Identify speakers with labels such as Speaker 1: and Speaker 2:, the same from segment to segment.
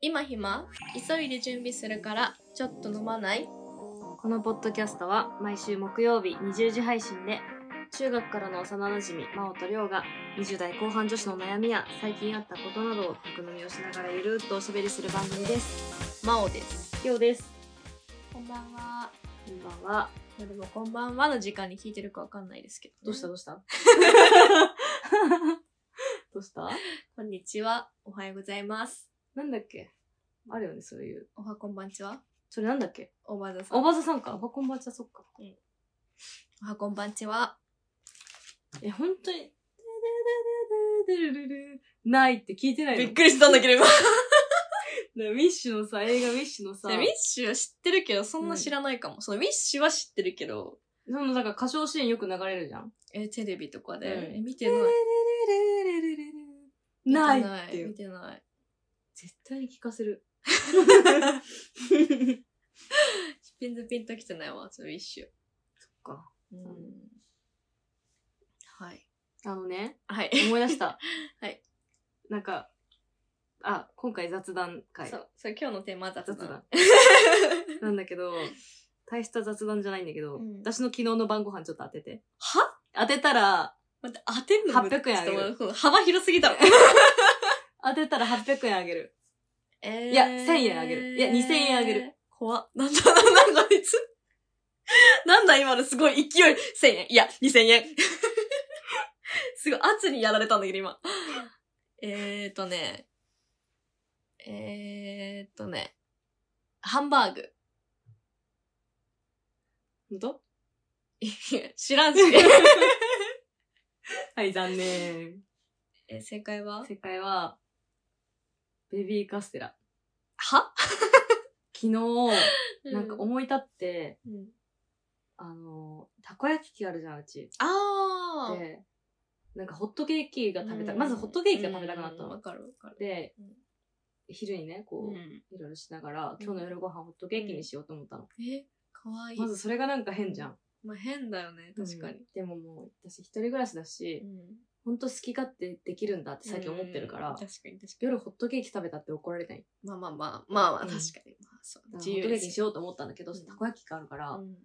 Speaker 1: 今暇急いで準備するからちょっと飲まない
Speaker 2: このポッドキャストは毎週木曜日20時配信で中学からの幼なじみ真央と亮が20代後半女子の悩みや最近あったことなどを宅飲みをしながらゆるっとおしゃべりする番組です
Speaker 1: 真央です
Speaker 2: 亮です
Speaker 1: こんばんは
Speaker 2: こんばんは
Speaker 1: でもこんばんはの時間に聞いてるかわかんないですけど、
Speaker 2: どうしたどうしたどうした
Speaker 1: こんにちはおはようございます
Speaker 2: なんだっけあるよねそういう
Speaker 1: おはこんばんちは
Speaker 2: それなんだっけ
Speaker 1: おばださん
Speaker 2: おばざさんかおばこんばんちゃんそっか
Speaker 1: おはこんばんちは
Speaker 2: え本当にないって聞いてないの
Speaker 1: くりしたんだけど今
Speaker 2: ねウィッシュのさ、映画ウィッシュのさ、
Speaker 1: ミッシュは知ってるけどそんな知らないかも、そのミッシュは知ってるけど
Speaker 2: そのなんか歌唱シーンよく流れるじゃん。
Speaker 1: えテレビとかで、
Speaker 2: うん
Speaker 1: え見てない
Speaker 2: ない
Speaker 1: 見
Speaker 2: っていう
Speaker 1: 見。てない
Speaker 2: 絶対に聞かせる。
Speaker 1: ピンズピンときてないわそのミッシュ
Speaker 2: そっか。
Speaker 1: うん
Speaker 2: ん
Speaker 1: はい
Speaker 2: あのね、
Speaker 1: はい
Speaker 2: 思い出 した。
Speaker 1: はい。
Speaker 2: なんか、あ、今回雑談会。
Speaker 1: そう、そう今日のテーマは雑
Speaker 2: 雑
Speaker 1: 談。
Speaker 2: 談。 なんだけど、大した雑談じゃないんだけど、
Speaker 1: うん
Speaker 2: 私の昨日の晩ご飯ちょっと当てて。
Speaker 1: は
Speaker 2: 当てたら、
Speaker 1: 待って、当てんの
Speaker 2: 800円あげる
Speaker 1: ちょっと待って幅広すぎだろ。
Speaker 2: 当てたら800円あげる。
Speaker 1: え
Speaker 2: いや1000円あげるいや2000円あげる。
Speaker 1: 怖っ。なんだ、なんだ、あいつ。 なんだ、今のすごい勢い。1000円。いや、2000円。 すごい、圧にやられたんだけど、今。えーとね。えーとね。ハンバーグ。
Speaker 2: ほんと
Speaker 1: いや知 らんし。
Speaker 2: はい、残念。
Speaker 1: え、正解は
Speaker 2: 正解は、ベビーカステラ。
Speaker 1: は
Speaker 2: 昨日、なんか思い立って、
Speaker 1: うん、うん
Speaker 2: あの、たこ焼き器あるじゃん、うち。
Speaker 1: あー。
Speaker 2: で、なんかホットケーキが食べた、
Speaker 1: うん
Speaker 2: まずホットケーキが食べたくなった
Speaker 1: うんわ
Speaker 2: の。
Speaker 1: かるわかる。
Speaker 2: で
Speaker 1: うん、
Speaker 2: 昼にね、こう、いろいろしながら、今日の夜ご飯ホットケーキにしようと思ったの。
Speaker 1: え、かわいい。
Speaker 2: まずそれがなんか変じゃん。
Speaker 1: まあ、変だよね、確かに
Speaker 2: う。んでももう、私一人暮らしだし、ほんと好き勝手できるんだって最近思ってるから
Speaker 1: うん、確かに確かに。
Speaker 2: 夜ホットケーキ食べたって怒られない。
Speaker 1: まあまあまあ、まあまあ、
Speaker 2: うん
Speaker 1: 確かに。まあ、そう。
Speaker 2: ホッ
Speaker 1: 自
Speaker 2: トケ
Speaker 1: 由
Speaker 2: ー
Speaker 1: で
Speaker 2: キに
Speaker 1: す
Speaker 2: しようと思ったんだけど、
Speaker 1: うん
Speaker 2: たこ焼き器あるから、
Speaker 1: うん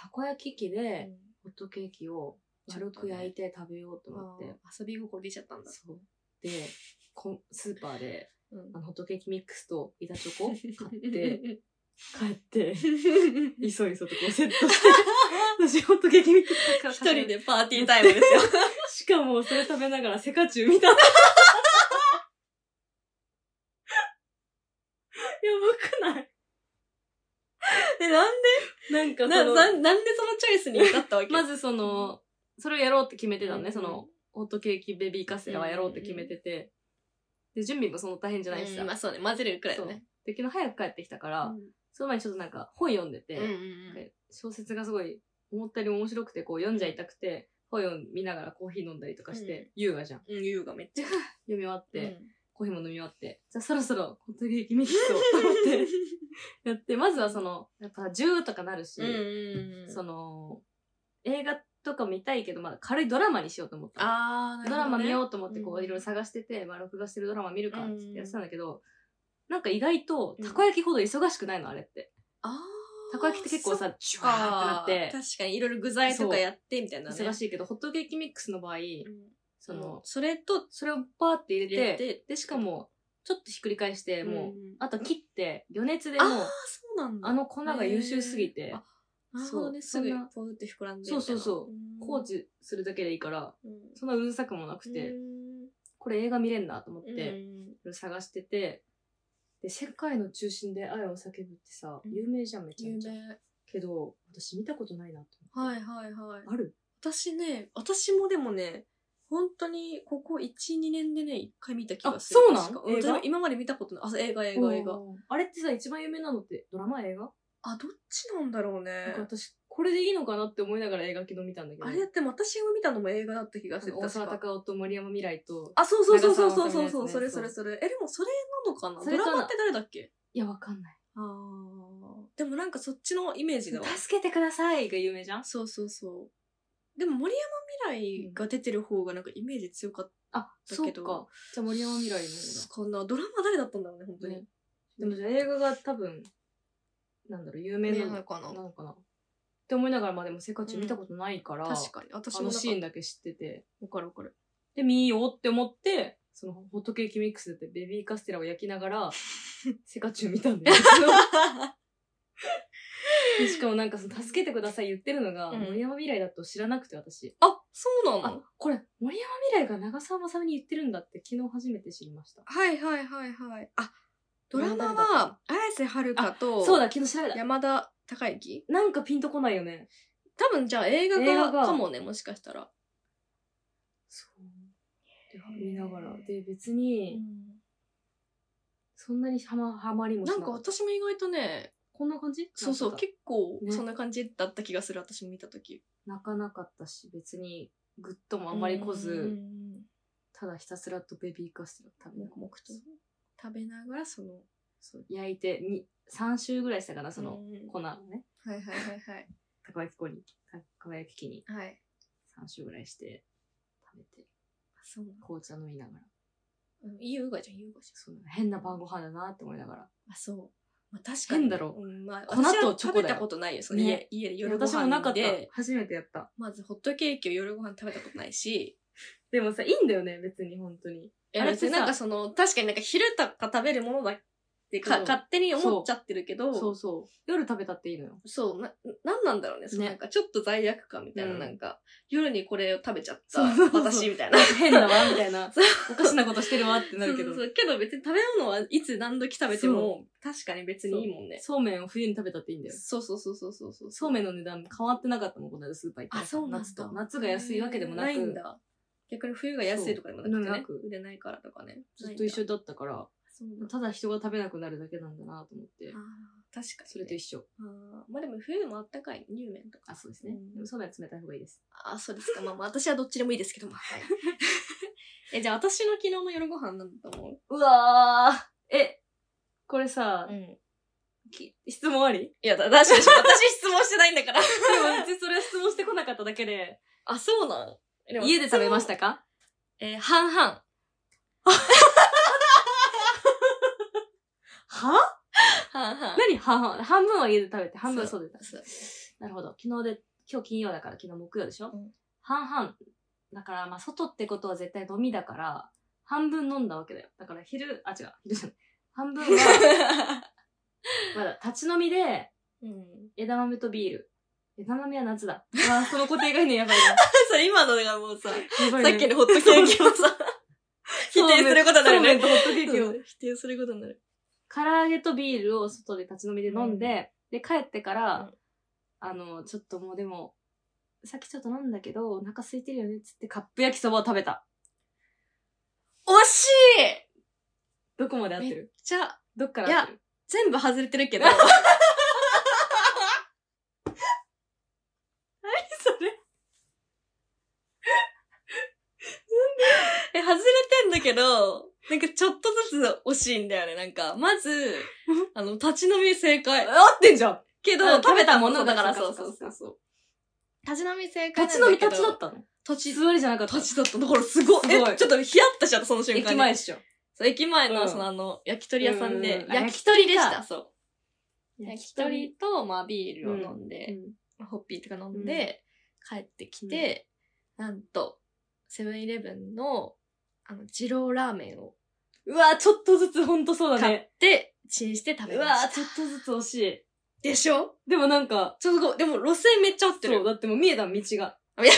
Speaker 2: たこ焼き器で、
Speaker 1: うん
Speaker 2: ホットケーキを軽く焼いて食べようと思って。
Speaker 1: あー遊び心出ちゃったんだ。
Speaker 2: そう。で、こスーパーで、
Speaker 1: うん
Speaker 2: あの、ホットケーキミックスと板チョコ 買って、帰って、急いそとこうセットして、私ホットケーキミックス買
Speaker 1: 一人。でパーティータイムですよ。
Speaker 2: しかも、それ食べながらセカチュウ見た。やばくない
Speaker 1: え、なん
Speaker 2: なんか
Speaker 1: で
Speaker 2: そ
Speaker 1: な
Speaker 2: の、
Speaker 1: ななんでそのチョイスに至ったわけ
Speaker 2: まずその、それをやろうって決めてたのね、
Speaker 1: うん
Speaker 2: その、ホットケーキベビーカステラはやろうって決めてて、で、準備もその大変じゃないしさ。
Speaker 1: うんまあそうね、混ぜるくらい
Speaker 2: そ
Speaker 1: だ
Speaker 2: う
Speaker 1: ね。
Speaker 2: で、昨日早く帰ってきたか
Speaker 1: う
Speaker 2: ら、
Speaker 1: ん
Speaker 2: その前にちょっとなんか本読んでて、
Speaker 1: うんうんうん。
Speaker 2: で小説がすごい思ったより面白くて、こう読んじゃいたくて、本読みながらコーヒー飲んだりとかして、優雅じゃん。
Speaker 1: うん、優がめっちゃ。
Speaker 2: 読み終わって、
Speaker 1: うん
Speaker 2: コーヒーも飲み終わって、じゃあそろそろホットケーキミックスを と思 って、やって、まずはその、やっぱ10とかなるし、
Speaker 1: うんうんうん。
Speaker 2: その、映画とか見たいけど、まだ軽いドラマにしようと思ったの。
Speaker 1: あー、なる
Speaker 2: ドラ
Speaker 1: ほど
Speaker 2: マ
Speaker 1: ね
Speaker 2: 見ようと思って、こ
Speaker 1: う
Speaker 2: う、
Speaker 1: ん
Speaker 2: いろいろ探してて、まあ、録画してるドラマ見るかって言ってやってたんだけど、なんか意外と、たこ焼きほど忙しくないの、あれって。
Speaker 1: あー
Speaker 2: たこ焼きって結構さ、ジュワー
Speaker 1: か
Speaker 2: ってなって、
Speaker 1: 確かにいろいろ具材とかやってみたいなね。
Speaker 2: 忙しいけど、ホットケーキミックスの場合、
Speaker 1: うん
Speaker 2: その、
Speaker 1: それと、
Speaker 2: それをバーって入
Speaker 1: 入
Speaker 2: れ
Speaker 1: れ
Speaker 2: て
Speaker 1: て、
Speaker 2: で、しかも、ちょっとひっくり返して、もう、
Speaker 1: ん
Speaker 2: あと切って、余熱で
Speaker 1: あ
Speaker 2: も
Speaker 1: ー
Speaker 2: う、
Speaker 1: そうなんだ。
Speaker 2: あの粉が優秀すぎ
Speaker 1: へ
Speaker 2: て
Speaker 1: ー、あなるほどね、す
Speaker 2: そう
Speaker 1: ぐ
Speaker 2: そんな
Speaker 1: ポーって膨らんで
Speaker 2: そうそうそう放
Speaker 1: コーチ
Speaker 2: 置するだけでいいから、そんなうるさくもなくて、
Speaker 1: う
Speaker 2: これ映画見れんなと思って、
Speaker 1: ん
Speaker 2: いろいろ探してて、で、世界の中心で愛を叫ぶってさ、
Speaker 1: うん
Speaker 2: 有名じゃん、めちゃ
Speaker 1: 有
Speaker 2: めちゃ。
Speaker 1: 名。
Speaker 2: けど、私見たことないなと思っ
Speaker 1: は
Speaker 2: て。
Speaker 1: いはいはい。
Speaker 2: ある
Speaker 1: 私ね、私もでもね、本当にここ1、2年でね、1回見た気がする。
Speaker 2: あそうなん
Speaker 1: 確か
Speaker 2: 映画
Speaker 1: うん今まで見たことない。あそう、映画映画映画。
Speaker 2: おーあれってさ、一番有名なのってドラマ映画、
Speaker 1: あ、どっちなんだろうね
Speaker 2: なん。か私、これでいいのかなって思いながら映画昨日見たんだけど。
Speaker 1: あれって私が見たのも映画だった気がする。
Speaker 2: 大
Speaker 1: 確
Speaker 2: 沢
Speaker 1: か
Speaker 2: たかおと森山未来と、
Speaker 1: あ、そうそうそうそうそうそう
Speaker 2: 長澤
Speaker 1: そう、
Speaker 2: まさ
Speaker 1: そ
Speaker 2: みの
Speaker 1: れ
Speaker 2: やつね
Speaker 1: それそれ。え、でもそれなのかな
Speaker 2: そ
Speaker 1: ド
Speaker 2: れかな
Speaker 1: ラマって誰だっけ
Speaker 2: いや、わかんない。
Speaker 1: ああ。でもなんかそっちのイメージだわ。
Speaker 2: 助けてくださいが有名じゃん
Speaker 1: そうそうそう。でも森山未来が出てる方がなんかイメージ強かっ
Speaker 2: あ、
Speaker 1: だ
Speaker 2: そう
Speaker 1: けど
Speaker 2: か。じゃあ森山未来の方
Speaker 1: たかな。ドラマ誰だったんだろうね、本当
Speaker 2: だ。
Speaker 1: に。
Speaker 2: ねでもじゃあ映画が多分、なんだろう、有名な
Speaker 1: な
Speaker 2: の
Speaker 1: のかな
Speaker 2: なのかなって思いながら、まあでも生活中見たことないから、
Speaker 1: 確かに。私
Speaker 2: あ
Speaker 1: もな
Speaker 2: の
Speaker 1: んか
Speaker 2: シーンだけ知ってて、
Speaker 1: わかるわかる。
Speaker 2: で、見ようって思って、そのホットケーキミックスってベビーカステラを焼きな がら、セカチュウ見たんだよ。でしかもなんかその助けてください言ってるのが、
Speaker 1: うん
Speaker 2: 森山未来だと知らなくて私。
Speaker 1: あ、そうな
Speaker 2: あ
Speaker 1: の、
Speaker 2: これ、森山未来が長澤まさみに言ってるんだって昨日初めて知りました。
Speaker 1: はいはいはいはい。あ、ドラマ
Speaker 2: ドラマだ
Speaker 1: は、綾瀬はるかと、
Speaker 2: そうだ、昨日調べた。
Speaker 1: 山田孝之
Speaker 2: なんかピンとこないよね。
Speaker 1: 多分じゃあ映画
Speaker 2: 映
Speaker 1: が
Speaker 2: 画が
Speaker 1: かもね、もしかしたら。
Speaker 2: そう。で見ながら。で、別に、そんなにはま、はまりもし
Speaker 1: な
Speaker 2: なか
Speaker 1: ん
Speaker 2: った。
Speaker 1: か私も意外とね、
Speaker 2: こんな感じ
Speaker 1: そうそう、
Speaker 2: なんか
Speaker 1: 結構
Speaker 2: ね
Speaker 1: そんな感じだった気がする、私も見たとき。
Speaker 2: 泣かなかったし、別に、グッともあんまり来ず、
Speaker 1: うんうんうん
Speaker 2: ただひたすらとベビーカステラ食べなが
Speaker 1: 黙
Speaker 2: ら
Speaker 1: 々と食べながら、その、
Speaker 2: そう焼いてに3週ぐらいしたかなその
Speaker 1: うん
Speaker 2: 粉をね
Speaker 1: はいはいはいはい。
Speaker 2: たこ焼き粉にたこ焼き器に
Speaker 1: はい。
Speaker 2: 3週ぐらいして食べて
Speaker 1: あそうなの
Speaker 2: 紅茶飲みながら
Speaker 1: うん優雅じゃん、優雅じ
Speaker 2: そう変な晩ご飯だなって思いながら
Speaker 1: ゃん。あ、そう。まあ確かに。
Speaker 2: 変だろ
Speaker 1: うん、まあ、
Speaker 2: 粉と
Speaker 1: 私は
Speaker 2: チョ
Speaker 1: 食
Speaker 2: コだよ
Speaker 1: べたことないよ、その家、
Speaker 2: ね
Speaker 1: 家で
Speaker 2: 夜
Speaker 1: 夜ご
Speaker 2: 私もなか
Speaker 1: 飯
Speaker 2: った
Speaker 1: で、
Speaker 2: 初めてやった
Speaker 1: まずホットケーキを夜ご飯食べたことないし、
Speaker 2: でもさいいんだよね別に本当に
Speaker 1: え
Speaker 2: あれっ
Speaker 1: 別
Speaker 2: て
Speaker 1: になんか
Speaker 2: さ
Speaker 1: その、確かになんか昼とか食べるものだって
Speaker 2: そ
Speaker 1: か
Speaker 2: う
Speaker 1: 勝手に思っちゃってるけど、
Speaker 2: そうそう夜食べたっていいの よ
Speaker 1: そう、な、なんなんだろうね。その
Speaker 2: ね
Speaker 1: なんか、ちょっと罪悪感みたいな、
Speaker 2: うん
Speaker 1: なんか、夜にこれを食べちゃった、
Speaker 2: そうそうそう
Speaker 1: 私みたいな。
Speaker 2: 変だわみたいな
Speaker 1: そう
Speaker 2: おかしなことしてるわってな
Speaker 1: そうそ
Speaker 2: るけ
Speaker 1: う
Speaker 2: ど
Speaker 1: そうけど別に食べ物はいつ何時食べても、確かに別にいいもんね。
Speaker 2: そうめんを冬に食べたっていいんだよ
Speaker 1: そうそうそうそうそうそう。
Speaker 2: そうめんの値段変わってなかったもんこの間スーパー行ったら
Speaker 1: あ、そうなんだ。
Speaker 2: 夏と夏が安いわけでもなく
Speaker 1: ないんだ。逆に冬が安いとかでもなくて
Speaker 2: そう
Speaker 1: ね
Speaker 2: なく。
Speaker 1: 売れないからとかね。
Speaker 2: ずっと一
Speaker 1: 緒。
Speaker 2: 緒だったから
Speaker 1: そうなんだ。
Speaker 2: ただ人が食べなくなるだけなんだなと思って
Speaker 1: あー、確かにね。
Speaker 2: それと一緒。
Speaker 1: あーまあでも冬でもあったかい乳麺とか。
Speaker 2: あ、そうです
Speaker 1: ね
Speaker 2: でもそうめんは冷たい方がいいです。
Speaker 1: あー、そうですか。まあまあ私はどっちでもいいですけども。はい。 え、じゃあ私の昨日の夜ご飯なんだと思う
Speaker 2: うわーえ、これさ、
Speaker 1: ん。
Speaker 2: き質問あり
Speaker 1: いや、だ、だしでしょ。 私質問してないんだから。
Speaker 2: でもうちそれは質問してこなかっただけで、
Speaker 1: あ、そうなん。
Speaker 2: 家で食べましたたか
Speaker 1: えー半 々。
Speaker 2: は
Speaker 1: 半 々。
Speaker 2: 何半々半分は家で食べて、半分は
Speaker 1: そ
Speaker 2: そううで食
Speaker 1: そ
Speaker 2: べ
Speaker 1: う
Speaker 2: た。なるほど。昨日で、今日金曜だから昨日木曜でしょ、
Speaker 1: うん
Speaker 2: 半々。だから、まあ、外ってことは絶対飲みだから、半分飲んだわけだよ。だから昼、あ、違う、昼じゃない。半 分は、まだ立ち飲みで、
Speaker 1: うん。
Speaker 2: 枝豆とビール。枝豆は夏だ。あー、その固定概念やばい
Speaker 1: それ今のがもう さ、さ
Speaker 2: な。やばい
Speaker 1: っきのホットケーキ をさ、否定することになるね。
Speaker 2: そうめんとホットケーキを。
Speaker 1: 否定することになる。
Speaker 2: 唐揚げとビールを外で立ち飲みで飲んで、で、帰ってから、
Speaker 1: うん
Speaker 2: あの、ちょっともうでも、さっきちょっと飲んだけど、お腹空いてるよねっつってカップ焼きそばを食べた。
Speaker 1: 惜しい
Speaker 2: どこまで合ってる
Speaker 1: じゃあ、
Speaker 2: どっから合ってる
Speaker 1: 全部外れてるけど。
Speaker 2: それ。
Speaker 1: え、外れてんだけど、なんかちょっとずつ惜しいんだよね。なんか、まず、あの、立ち飲み正解。
Speaker 2: 合ってんじゃん
Speaker 1: けど、
Speaker 2: あ
Speaker 1: 食べたものだから、そ
Speaker 2: そうう
Speaker 1: そ
Speaker 2: そうう
Speaker 1: そ
Speaker 2: そうう
Speaker 1: そう。立ち飲み正解
Speaker 2: 立ち飲み立ちだったの
Speaker 1: 立ち、
Speaker 2: 座りじゃなかったの
Speaker 1: 立ちだった。だからすごい。
Speaker 2: すご
Speaker 1: え、
Speaker 2: い
Speaker 1: ちょっとヒヤッとしちゃった、その瞬間に。
Speaker 2: 駅前っしょ。
Speaker 1: そう、駅前の、
Speaker 2: うん
Speaker 1: そのあの、焼き鳥屋さんで、
Speaker 2: うん
Speaker 1: 焼き鳥でし
Speaker 2: 焼き鳥
Speaker 1: た、
Speaker 2: か
Speaker 1: そう。焼き鳥と、まあ、ビールを飲んで、
Speaker 2: うん
Speaker 1: まあホッピーとか飲んで、帰ってきて、なんと、セブンイレブンの、あの、二郎ラーメンを
Speaker 2: うわちょっとずつほんとそうだ
Speaker 1: 買
Speaker 2: ね。
Speaker 1: って、チンして食べ
Speaker 2: う
Speaker 1: ま
Speaker 2: わ
Speaker 1: し
Speaker 2: ーちょっとずつ惜しい。
Speaker 1: た。でしょ
Speaker 2: でもなんか、
Speaker 1: ちょっとこう、でも路線めっちゃ合って
Speaker 2: そう、
Speaker 1: る。
Speaker 2: だってもう見えたの道が。
Speaker 1: いや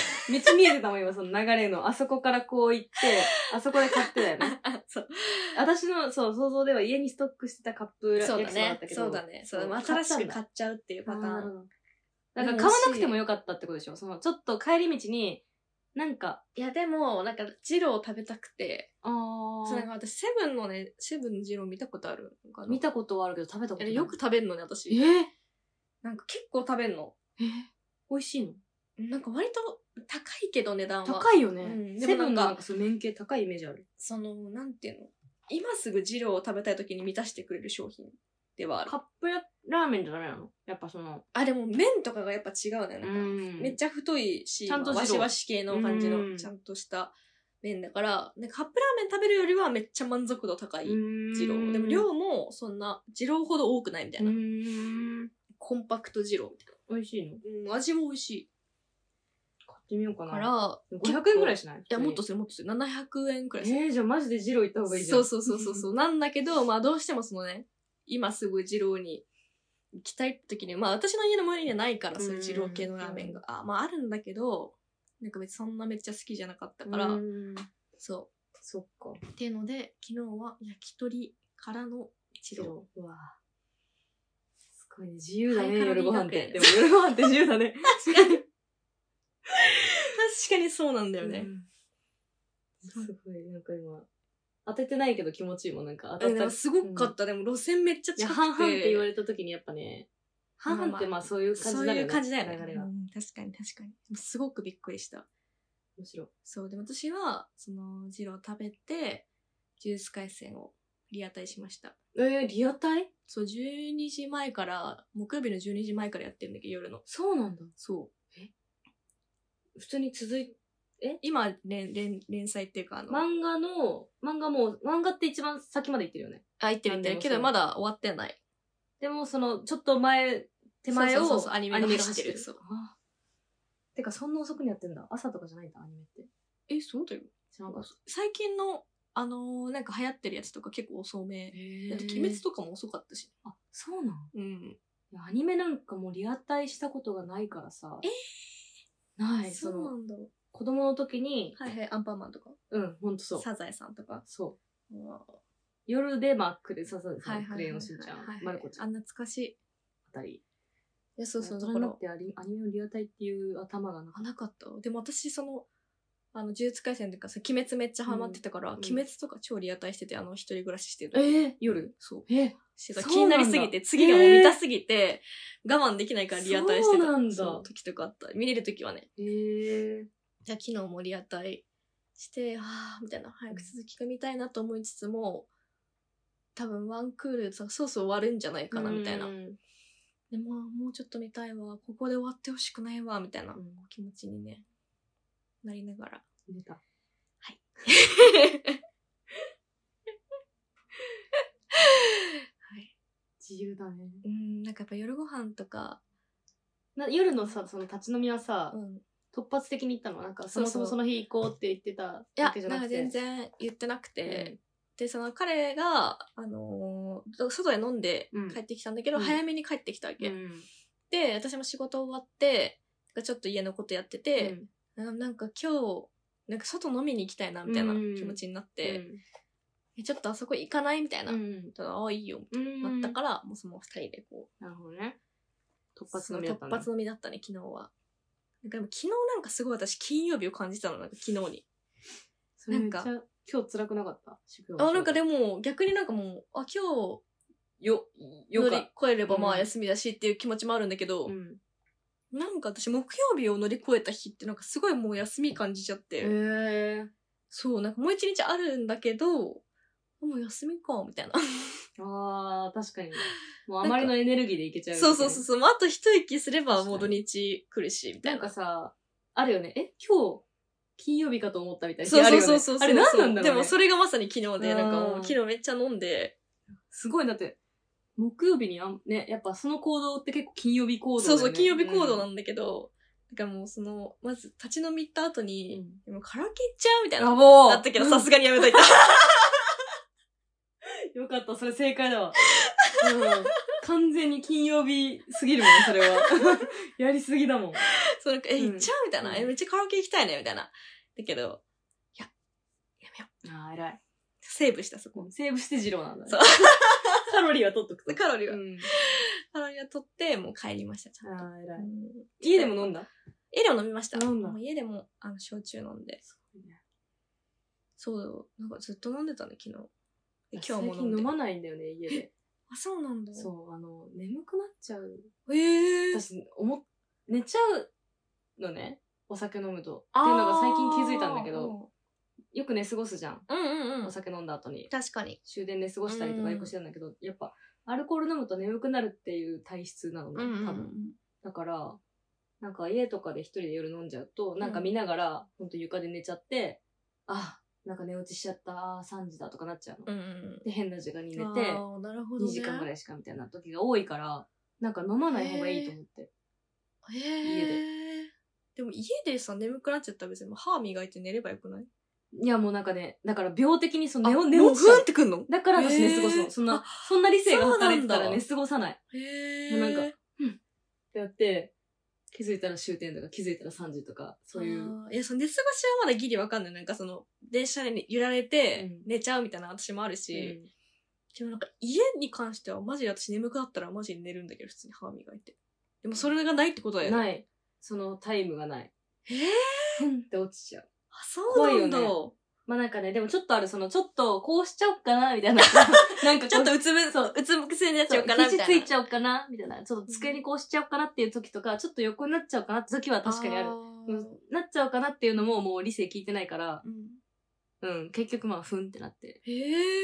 Speaker 2: 道見えてたもん、今、その流れの。あそこからこう行って、あそこで買ってたよね。
Speaker 1: あ そう
Speaker 2: 私の、そう、想像では家にストックしてたカップ焼きそ
Speaker 1: そう
Speaker 2: ば
Speaker 1: だ
Speaker 2: だっ
Speaker 1: ね
Speaker 2: た。けど。
Speaker 1: そうだね。そう、
Speaker 2: 買
Speaker 1: 新
Speaker 2: った
Speaker 1: し
Speaker 2: ん
Speaker 1: く
Speaker 2: だ
Speaker 1: 買っちゃうっていうパター
Speaker 2: あーなる
Speaker 1: ン
Speaker 2: ほ。どだから
Speaker 1: で
Speaker 2: 買
Speaker 1: も
Speaker 2: わなくてもよかったってことでしょその、ちょっと帰り道に、なんか、
Speaker 1: いや、でも、なんか、二郎食べたくて、
Speaker 2: あ
Speaker 1: そう、なん
Speaker 2: ー
Speaker 1: か私、セブンのね、セブンの二郎見たことあるのかな
Speaker 2: 見たことはあるけど食べた
Speaker 1: あ
Speaker 2: ことな
Speaker 1: れ
Speaker 2: い。
Speaker 1: よく、食べんのね、
Speaker 2: え
Speaker 1: 私。
Speaker 2: ー
Speaker 1: なんか結構食べんの。
Speaker 2: えー美味しいの
Speaker 1: なんか割と高いけど値段は。
Speaker 2: 高いよね。
Speaker 1: うんでも
Speaker 2: セブンの
Speaker 1: な
Speaker 2: なん
Speaker 1: か
Speaker 2: んかその麺系高いイメージある。
Speaker 1: その、なんていうの今すぐ二郎を食べたい時に満たしてくれる商品ではある
Speaker 2: カ。ップラーメンじゃダメなのやっぱその、
Speaker 1: あ、でも麺とかがやっぱ違うね。なんか
Speaker 2: ん
Speaker 1: めっちゃ太いし、
Speaker 2: ちゃんと
Speaker 1: わ
Speaker 2: 二
Speaker 1: し
Speaker 2: 郎
Speaker 1: わし系の感じ
Speaker 2: う
Speaker 1: の、
Speaker 2: ん
Speaker 1: ちゃんとした麺だから、なんかカップラーメン食べるよりはめっちゃ満足度高い二郎。でも量もそんな、二郎ほど多くないみたいうな。
Speaker 2: ーん
Speaker 1: コンパクト二郎みたい
Speaker 2: 美味しいの
Speaker 1: な。うん、味も美味しい。
Speaker 2: 買ってみようかな
Speaker 1: から、
Speaker 2: 500円ぐらいしないい
Speaker 1: いや、もっとする、もっとする。700円くらいする。
Speaker 2: えー、じゃあマジでジロー行った方がいいじゃん
Speaker 1: そうそうそうそうそう。なんだけど、まあどうしてもそのね、今すぐ二郎に行きたいって時に、まあ私の家の周りにはないから、そういう二郎系のラーメンが。あまああるんだけど、なんか別にそんなめっちゃ好きじゃなかった
Speaker 2: う
Speaker 1: から、
Speaker 2: ーん
Speaker 1: そ
Speaker 2: そっか
Speaker 1: う。っていうので、昨日は焼き鳥からの二
Speaker 2: ジ
Speaker 1: 郎。
Speaker 2: ローうわすごいね自由だね
Speaker 1: ハイカロリ
Speaker 2: 夜
Speaker 1: ー
Speaker 2: ご飯っ
Speaker 1: 学園
Speaker 2: てでも夜ご飯って自由だね
Speaker 1: 確かに。確かにそうなんだよね。
Speaker 2: うんすごいなんか今当ててないけど気持ちいいもんなんか
Speaker 1: う
Speaker 2: 当
Speaker 1: ん、で
Speaker 2: た
Speaker 1: も
Speaker 2: った
Speaker 1: すごかった。でも路線めっちゃ
Speaker 2: いや
Speaker 1: 近くて。
Speaker 2: 半々って言われた時にやっぱね半々って
Speaker 1: ま
Speaker 2: まあそういう感
Speaker 1: そ
Speaker 2: じ
Speaker 1: う
Speaker 2: だよね
Speaker 1: いう感じだよね。
Speaker 2: 流れが
Speaker 1: う
Speaker 2: む
Speaker 1: ん確かに確かに。でもすごくびっくりした。
Speaker 2: しろ
Speaker 1: そう、でも私は、その、ジロー食べて、ジュース回線をリアタイしました。
Speaker 2: えー、リアタイ
Speaker 1: そう、12時前から、木曜日の12時前からやってるんだけど、夜の。
Speaker 2: そうなんだ
Speaker 1: そう。
Speaker 2: 普通に続い
Speaker 1: 今、連、連、連載っていうか、あの、
Speaker 2: 漫画の、漫画もう、漫画って一番先まで行ってるよね。
Speaker 1: あ、言ってる言ってる
Speaker 2: なんでも
Speaker 1: け
Speaker 2: そう
Speaker 1: ど、まだ終わってない。
Speaker 2: でも、その、ちょっと前、手前
Speaker 1: そ
Speaker 2: を
Speaker 1: うそうそうそうアニメが走ってる
Speaker 2: 走
Speaker 1: そう
Speaker 2: あてか、そんな遅くにやってんだ。朝とかじゃないんだ、アニメって。
Speaker 1: え、そうだよ。
Speaker 2: 知らなかった。
Speaker 1: 最近の、あのーなんか流行ってるやつとか結構遅め。
Speaker 2: へ
Speaker 1: だって、鬼滅とかも遅かったし。
Speaker 2: あ、そうなん
Speaker 1: うん。
Speaker 2: いやアニメなんかもうリアタイしたことがないからさ。
Speaker 1: え
Speaker 2: ない、その、
Speaker 1: んだ。
Speaker 2: 子供の時に、
Speaker 1: はいはい、アンパンマンとか。
Speaker 2: うん、ほんとそう。
Speaker 1: サザエさんとか。
Speaker 2: そう。
Speaker 1: うわ
Speaker 2: 夜でマックで、さささ
Speaker 1: はいはいはいはい
Speaker 2: ん、クレヨンしんちゃ
Speaker 1: はいは
Speaker 2: ん、
Speaker 1: い
Speaker 2: まるこちゃ
Speaker 1: あ、
Speaker 2: んあ
Speaker 1: 懐かしい。い
Speaker 2: たり。
Speaker 1: や、そうそう、
Speaker 2: 大
Speaker 1: だか
Speaker 2: 人にな
Speaker 1: ら
Speaker 2: っ。てアニアニメのリアタイっていう頭がなか
Speaker 1: あ、なかった。でも私、その、あの、呪術廻戦というかさ、鬼滅めっちゃハマってたから、
Speaker 2: うんうん
Speaker 1: 鬼滅とか超リアタイしてて、あの、一人暮らししてる。
Speaker 2: えー、夜
Speaker 1: そう。
Speaker 2: え
Speaker 1: してた。
Speaker 2: そう
Speaker 1: 気になりすぎて、次がもう見たすぎて、我慢できないからリアタイしてた。
Speaker 2: そうなんだ
Speaker 1: 時とかあった。見れる時はね。
Speaker 2: へえ。
Speaker 1: じゃあ昨日もリアタイして、あーみたいな、早く続きが見たいなと思いつつも、多分ワンクール、そそうそう終わるんじゃないかな、みたいな。
Speaker 2: うん
Speaker 1: でも、もうちょっと見たいわ、ここで終わってほしくないわ、みたいな気持ちにね、なりながら。
Speaker 2: 出た。
Speaker 1: はい、
Speaker 2: 自由だね。
Speaker 1: うんなんかやっぱ夜ご飯とか、
Speaker 2: な夜のさ、その立ち飲みはさ、
Speaker 1: うん、い
Speaker 2: 突発的に行ったのなんか、そ
Speaker 1: そう
Speaker 2: も
Speaker 1: そう
Speaker 2: そもその日行こうって言ってたわ
Speaker 1: や
Speaker 2: けじゃ
Speaker 1: な
Speaker 2: なん
Speaker 1: か
Speaker 2: くて。
Speaker 1: 全然言ってなくて、でその彼が、あのー外で飲んで
Speaker 2: うん
Speaker 1: 帰ってきたんだけど、
Speaker 2: うん
Speaker 1: 早めに帰ってきたわ
Speaker 2: う
Speaker 1: け、
Speaker 2: ん。うん
Speaker 1: で私も仕事終わってちょっと家のことやってて、
Speaker 2: うん
Speaker 1: ななんか今日なんか外飲みに行きたいなみたいな気持ちになって、えちょっとあそこ行かないみたいな、
Speaker 2: うん
Speaker 1: たらああいいよ
Speaker 2: うん。
Speaker 1: なったから、もうその二人でこ
Speaker 2: ら。なるほどね。
Speaker 1: う
Speaker 2: 突発飲みだった
Speaker 1: そ
Speaker 2: ん
Speaker 1: う
Speaker 2: だ
Speaker 1: 突発飲みだったね昨日はなんかでも昨日なんかすごい私金曜日を感じたのなんか昨日に
Speaker 2: それめっち
Speaker 1: な
Speaker 2: ゃ
Speaker 1: んか
Speaker 2: 今日辛くなかった修行の仕事
Speaker 1: あなんかでも逆になんかもうあ今日よ
Speaker 2: よか
Speaker 1: 乗り越えればま
Speaker 2: う
Speaker 1: あ
Speaker 2: ん
Speaker 1: 休みだしっていう気持ちもあるんだけど、
Speaker 2: うん。
Speaker 1: なんか私木曜日を乗り越えた日ってなんかすごいもう休み感じちゃって、
Speaker 2: へえ。
Speaker 1: そうなんかもう一日あるんだけどもう休みかみたい な
Speaker 2: ああ、確かに。もうあまりのエネルギーでいけちゃうみたい
Speaker 1: そう
Speaker 2: な。
Speaker 1: そうそうそう、まあ、あと一息すればもう
Speaker 2: 確か
Speaker 1: 土
Speaker 2: に
Speaker 1: 日来るしみた
Speaker 2: ないん
Speaker 1: な
Speaker 2: かさ、あるよね。え、今日、金曜日かと思ったみたいな日
Speaker 1: そう
Speaker 2: ある
Speaker 1: そ
Speaker 2: よ
Speaker 1: う
Speaker 2: ね。
Speaker 1: そうそう
Speaker 2: あれ何なんだろう、ね、
Speaker 1: でもそれがまさに昨日で、
Speaker 2: うん
Speaker 1: なんかもう昨日めっちゃ飲んで、
Speaker 2: すごい、だって、木曜日にあん、ね、やっぱその行動って結構金曜日行動だ
Speaker 1: そ
Speaker 2: よ
Speaker 1: う
Speaker 2: ね。
Speaker 1: そう、金曜日行動な
Speaker 2: だ。
Speaker 1: んだけど、なんかもうその、まず立ち飲み行った後
Speaker 2: うん
Speaker 1: に、でもカラオケ行っちゃうみたいな。
Speaker 2: ぼ
Speaker 1: だったけど、さすがにやめといた。
Speaker 2: よかった、それ正解だ わ。うん。完全に金曜日すぎるもん、それは。 やりすぎだもん。
Speaker 1: そう、なんか、え、
Speaker 2: うん
Speaker 1: 行っちゃうみたいな。え、
Speaker 2: うん
Speaker 1: めっちゃカラオケ行きたいね、みたいな。だけど、いや、やめよう。
Speaker 2: ああ、偉い。
Speaker 1: セーブした、そこ。
Speaker 2: もうセ ーブして二郎なんだ、ね。
Speaker 1: そう
Speaker 2: カロリーは取っとくと。
Speaker 1: カロリーは、
Speaker 2: ん。
Speaker 1: カロリーは取って、もう帰りました、ちゃんと。
Speaker 2: ああ、偉
Speaker 1: う
Speaker 2: い。
Speaker 1: ん
Speaker 2: 家でも飲んだ
Speaker 1: 家でも飲みました。
Speaker 2: 飲んだ
Speaker 1: もう家でも、あの、焼酎飲んで。そう、なんかずっと飲んでたね、昨日。で今日も
Speaker 2: 最
Speaker 1: 飲ん
Speaker 2: 近
Speaker 1: で。
Speaker 2: 飲まないんだよね、家で。
Speaker 1: あ、そうなんだ。
Speaker 2: そう、あの、眠くなっちゃう。
Speaker 1: う。ええー。
Speaker 2: 私、思っ、寝ちゃうのね。お酒飲むと。っていうのが最近気づいたんだけど、よく寝過ごすじゃん。
Speaker 1: うんうんう
Speaker 2: お
Speaker 1: ん。
Speaker 2: 酒飲んだ後に。
Speaker 1: 確かに。
Speaker 2: 終電寝過ごしたりと
Speaker 1: う
Speaker 2: か
Speaker 1: ん
Speaker 2: よくしてたんだけど、やっぱ、アルコール飲むと眠くなるっていう体質なのね、多分。だから、なんか家とかで一人で夜飲んじゃうと、なんか見ながら、ほんと床で寝ちゃって、あ、なんか寝落ちしちゃった、あー3時だとかなっちゃうの。
Speaker 1: うんうん
Speaker 2: で、変な時間に寝
Speaker 1: うん。
Speaker 2: て、
Speaker 1: あーなるほど、
Speaker 2: 2
Speaker 1: ね。
Speaker 2: 時間ぐらいしかみたいな時が多いから、なんか飲まない方がいいと思って。
Speaker 1: へ
Speaker 2: 家
Speaker 1: え。でも家でさ、眠くなっちゃったら別にもう歯磨いて寝ればよくない
Speaker 2: いや、もうなんかね、だから病的にその
Speaker 1: あ
Speaker 2: 寝寝
Speaker 1: もう
Speaker 2: 落ちち
Speaker 1: ふ
Speaker 2: ゃ
Speaker 1: ん
Speaker 2: う
Speaker 1: ってくんの
Speaker 2: だから私
Speaker 1: へ
Speaker 2: 寝
Speaker 1: ー
Speaker 2: 過ごすの。そんな
Speaker 1: あ、
Speaker 2: そんな理性が働いてた
Speaker 1: そうな
Speaker 2: ら
Speaker 1: ん
Speaker 2: 寝
Speaker 1: だ
Speaker 2: 過ごさない。っ
Speaker 1: へ
Speaker 2: もうなんか
Speaker 1: え。
Speaker 2: てやって、気づいたら終点とか気づいたら3時とか、そういう。
Speaker 1: あー。いや、その寝過ごしはまだギリわかんない。なんかその、電車に揺られて
Speaker 2: うん
Speaker 1: 寝ちゃうみたいな私もあるし、でもなんか家に関してはマジで私眠くなったらマジで寝るんだけど、普通に歯磨いて。でもそれがないってこと
Speaker 2: う
Speaker 1: だ
Speaker 2: ん
Speaker 1: よね。
Speaker 2: ない。そのタイムがない。
Speaker 1: えー、
Speaker 2: ふんって落ちちゃう。
Speaker 1: あ、そうなんだ。
Speaker 2: 怖いまあなんかね、でもちょっとある、その、ちょっとこうしちゃおっかな、みたいな。 なんかこう
Speaker 1: ちょっとうつむ、
Speaker 2: そう
Speaker 1: うつむくせになっちゃうか
Speaker 2: そ
Speaker 1: な
Speaker 2: う
Speaker 1: み
Speaker 2: 肘
Speaker 1: た
Speaker 2: つ
Speaker 1: い
Speaker 2: い
Speaker 1: な。
Speaker 2: ちゃおうかな、みたいな。ちょっと机にこうしちゃおうかなっていう時とか、ちょっと横になっちゃおうかなって時は確かにある。う
Speaker 1: ー
Speaker 2: んなっちゃおうかなっていうのももう理性聞いてないから、
Speaker 1: うん
Speaker 2: うん、結局まあ、ふんってなって。
Speaker 1: へ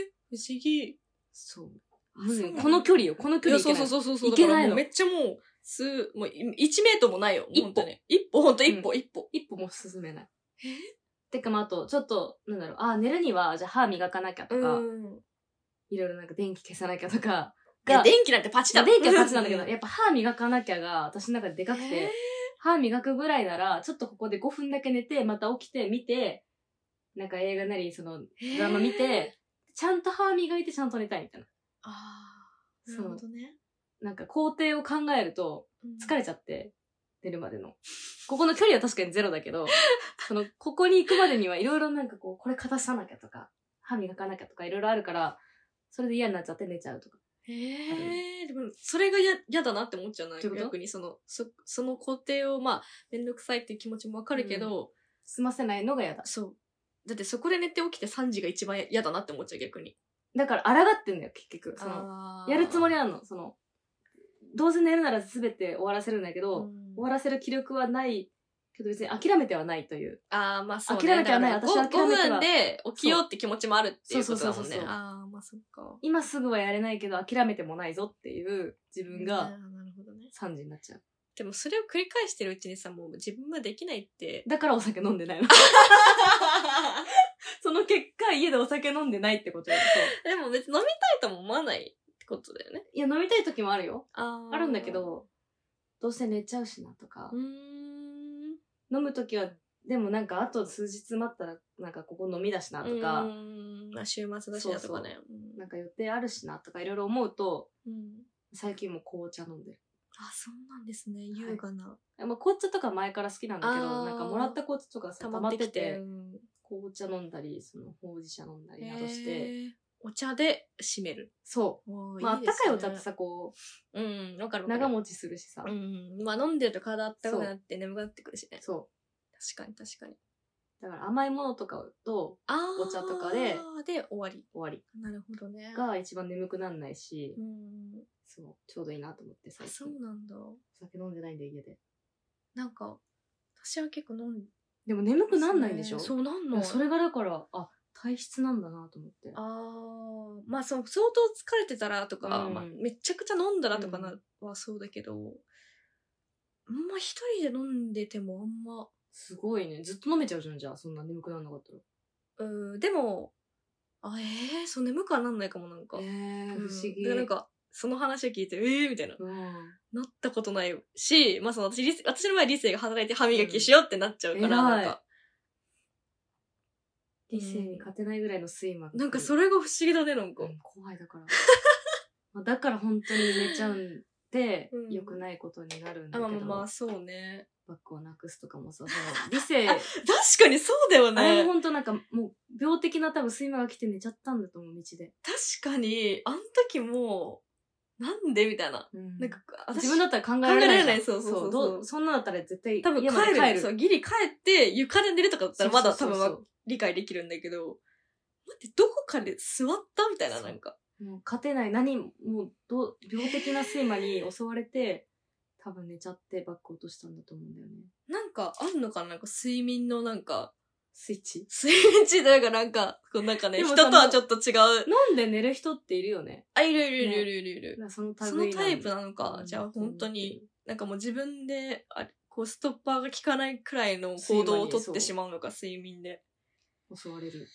Speaker 1: え不思議。
Speaker 2: そう。
Speaker 1: そうなんだ
Speaker 2: この距離よ、この距
Speaker 1: いや、
Speaker 2: 離いけ
Speaker 1: そう
Speaker 2: ない。
Speaker 1: そうそうそうそう。
Speaker 2: いけないの
Speaker 1: だからもうめっちゃもう、数、もうい1メートルもないよ。
Speaker 2: 一歩
Speaker 1: 本当に。一歩、ほんと一歩、一歩。
Speaker 2: 一歩も進めない。
Speaker 1: え
Speaker 2: てかまあ、あと、ちょっと、なんだろう、あ、寝るには、じゃあ歯磨かなきゃとか、
Speaker 1: うん。
Speaker 2: いろいろなんか電気消さなきゃとか、
Speaker 1: いや
Speaker 2: が、
Speaker 1: 電気なんてパチだ
Speaker 2: 電気は勝ちなん だけど、やっぱ歯磨かなきゃが、私の中ででかくて、
Speaker 1: えー
Speaker 2: 歯磨くぐらいなら、ちょっとここで5分だけ寝て、また起きて、見て、なんか映画なり、その、ドラマ見
Speaker 1: へー
Speaker 2: て、ちゃんと歯磨いてちゃんと寝たいみたいな。
Speaker 1: ああ。な
Speaker 2: そ
Speaker 1: るほ
Speaker 2: う。
Speaker 1: どね。
Speaker 2: なんか工程を考えると、疲
Speaker 1: れ
Speaker 2: れちゃって、寝るまでの。ここの距離は確かにゼロだけ ど、その、ここに行くまでにはいろいろなんかこう、これ片さなきゃとか、歯磨かなきゃとかいろいろあるから、それで嫌になっちゃって寝ちゃうとか。
Speaker 1: へえ、でも、それがや、嫌だなって思っちゃうな。
Speaker 2: どういうこと
Speaker 1: 逆に、その、そ、その工程を、まあ、めんどくさいっていう気持ちもわかるけど、
Speaker 2: 済ませないのが嫌だ。
Speaker 1: そう。だってそこで寝て起きて3時が一番嫌だなって思っちゃう逆に。
Speaker 2: だから、抗ってんだよ、結局。その、
Speaker 1: の
Speaker 2: やるつもり
Speaker 1: は
Speaker 2: なの、その、どうせ寝るなら全て終わらせるんだけど、終わらせる気力はないけど別に諦めてはないという。
Speaker 1: ああ、まあそう、ね。
Speaker 2: 諦めてはない
Speaker 1: だから
Speaker 2: 私は諦めては
Speaker 1: 5分で起きようって気持ちもあるっていうことだも
Speaker 2: そうそうそうんそう
Speaker 1: ね
Speaker 2: そ。う
Speaker 1: ああ、まあそっか。
Speaker 2: 今すぐはやれないけど諦めてもないぞっていう自分
Speaker 1: あー
Speaker 2: が
Speaker 1: なるほどね。
Speaker 2: 3時になっちゃう。
Speaker 1: でもそれを繰り返してるうちにさ、もう自分はできない って。
Speaker 2: だからお酒飲んでないの。その結果家でお酒飲んでないってことよ。そう
Speaker 1: でも別に飲みたいとも思わないってことだよね。
Speaker 2: いや飲みたい時もあるよ。
Speaker 1: あ
Speaker 2: あるんだけ。ど、どうせ寝ちゃうしなとか
Speaker 1: うー。ん。
Speaker 2: 飲む時は、でもなんかあと数日待ったらなんかここ飲み出しなと
Speaker 1: うー
Speaker 2: か、
Speaker 1: んまあ週末だしだとかね。うん
Speaker 2: なんか予定あるしなとかいろいろ思うと、
Speaker 1: うん。
Speaker 2: 最近も紅茶飲んでる。
Speaker 1: あ、そうなんですね。優雅な。
Speaker 2: まあ、紅茶とか前から好きなんだけ
Speaker 1: あ
Speaker 2: ど、
Speaker 1: ー
Speaker 2: なんかもらった紅茶とかさ、
Speaker 1: 溜
Speaker 2: 溜
Speaker 1: ま
Speaker 2: まっ
Speaker 1: って
Speaker 2: て
Speaker 1: き
Speaker 2: て、
Speaker 1: て。うん
Speaker 2: 紅茶飲んだり、そのほうじ茶飲んだりなどし
Speaker 1: へ
Speaker 2: て、
Speaker 1: ーお茶で締める。
Speaker 2: そ
Speaker 1: お
Speaker 2: う。
Speaker 1: ー
Speaker 2: まあ、あったかいお茶っ
Speaker 1: で
Speaker 2: て
Speaker 1: すね
Speaker 2: さ、こ
Speaker 1: うん、わかる
Speaker 2: う、
Speaker 1: わかる。
Speaker 2: 長持ちするしさ、
Speaker 1: うん。まあ飲んでると体あったかくなって眠くなってくるしね。
Speaker 2: そ
Speaker 1: 確かに確かに。
Speaker 2: う。だから甘いものとかと
Speaker 1: あー
Speaker 2: お茶とかで。
Speaker 1: で、終わり。
Speaker 2: 終わり
Speaker 1: なるほどね。
Speaker 2: が一番眠くなんないし、
Speaker 1: うん。
Speaker 2: そう、ちょうどいいなと思って
Speaker 1: あ
Speaker 2: 最
Speaker 1: そ
Speaker 2: 近。
Speaker 1: うなんだ。
Speaker 2: お酒飲んでないんで家で。
Speaker 1: なんか、私は結構飲んで
Speaker 2: でも眠くなんないんでしょ
Speaker 1: そうなん
Speaker 2: い
Speaker 1: の。
Speaker 2: やそれがだから、あ、体質なんだなと思って。
Speaker 1: あーまあそう相当疲れてたらとか、
Speaker 2: うん
Speaker 1: まあ、めちゃくちゃ飲んだらとかな、はそうだけど、あんま一人で飲んでてもあんま
Speaker 2: すごいね。ずっと飲めちゃうじゃん、じゃあ。そんな眠くなんなかったら。
Speaker 1: うん、でも、あ、ええそう眠くはなんないかも、なんか。
Speaker 2: え
Speaker 1: う
Speaker 2: ー、
Speaker 1: ん
Speaker 2: 不思議。
Speaker 1: でなんか、その話を聞いて、ええみたいな。
Speaker 2: うん。
Speaker 1: なったことないし、まあ、その私、理性私の前理性が働いて歯磨きしようってなっちゃうから、
Speaker 2: うん
Speaker 1: なん
Speaker 2: 偉
Speaker 1: か、
Speaker 2: 理性に勝てないぐらいの睡魔
Speaker 1: なんかそ
Speaker 2: れ、
Speaker 1: れが不思議だね、なんか。
Speaker 2: うん怖いだから。まあだから本当に寝ちゃうんで
Speaker 1: うん、
Speaker 2: 良くないことになるんだ
Speaker 1: あ、
Speaker 2: け
Speaker 1: ま
Speaker 2: ど、
Speaker 1: あまあまあ、そうね。
Speaker 2: バッグをなくすとかもそう。その理性、あ
Speaker 1: 確かにそうだよ
Speaker 2: れも
Speaker 1: ね。
Speaker 2: 本当なんかもう病的な多分睡魔が来て寝ちゃったんだと思う、道で。
Speaker 1: 確かに、あの時も、なんでみたいな。なんか、私
Speaker 2: 自分だったら考えられないじゃ
Speaker 1: 考
Speaker 2: ん。
Speaker 1: えられないそうそうそうそう
Speaker 2: どそんなだったら絶対
Speaker 1: 多分
Speaker 2: 家まで
Speaker 1: 帰るそう、ギリ帰って床で寝るとかだったらまだ多
Speaker 2: そう
Speaker 1: 分
Speaker 2: そうそうそう
Speaker 1: 理解できるんだけど、待って、どこかで座ったみたいな、
Speaker 2: そう
Speaker 1: なんか。
Speaker 2: もう勝てない、何も、もうどう、病的な睡魔に襲われて、多分寝ちゃってバッグ落としたんだと思うんだよね。
Speaker 1: なんか、あんのかななんか、睡眠のなんか、
Speaker 2: スイッチ
Speaker 1: 睡眠中なんか、なんか、こうなんかね、
Speaker 2: でも
Speaker 1: 人
Speaker 2: さ
Speaker 1: とはちょっと違う。
Speaker 2: 飲んで寝る人っているよね。
Speaker 1: あ、いるいるいるいるいるいる。
Speaker 2: まあその
Speaker 1: そのタイプ
Speaker 2: な
Speaker 1: なのか、じゃあ本当に、。なんかもう自分で、あこう、ストッパーが効かないくらいの行動をとってしまうのか、睡眠で。
Speaker 2: 襲われる。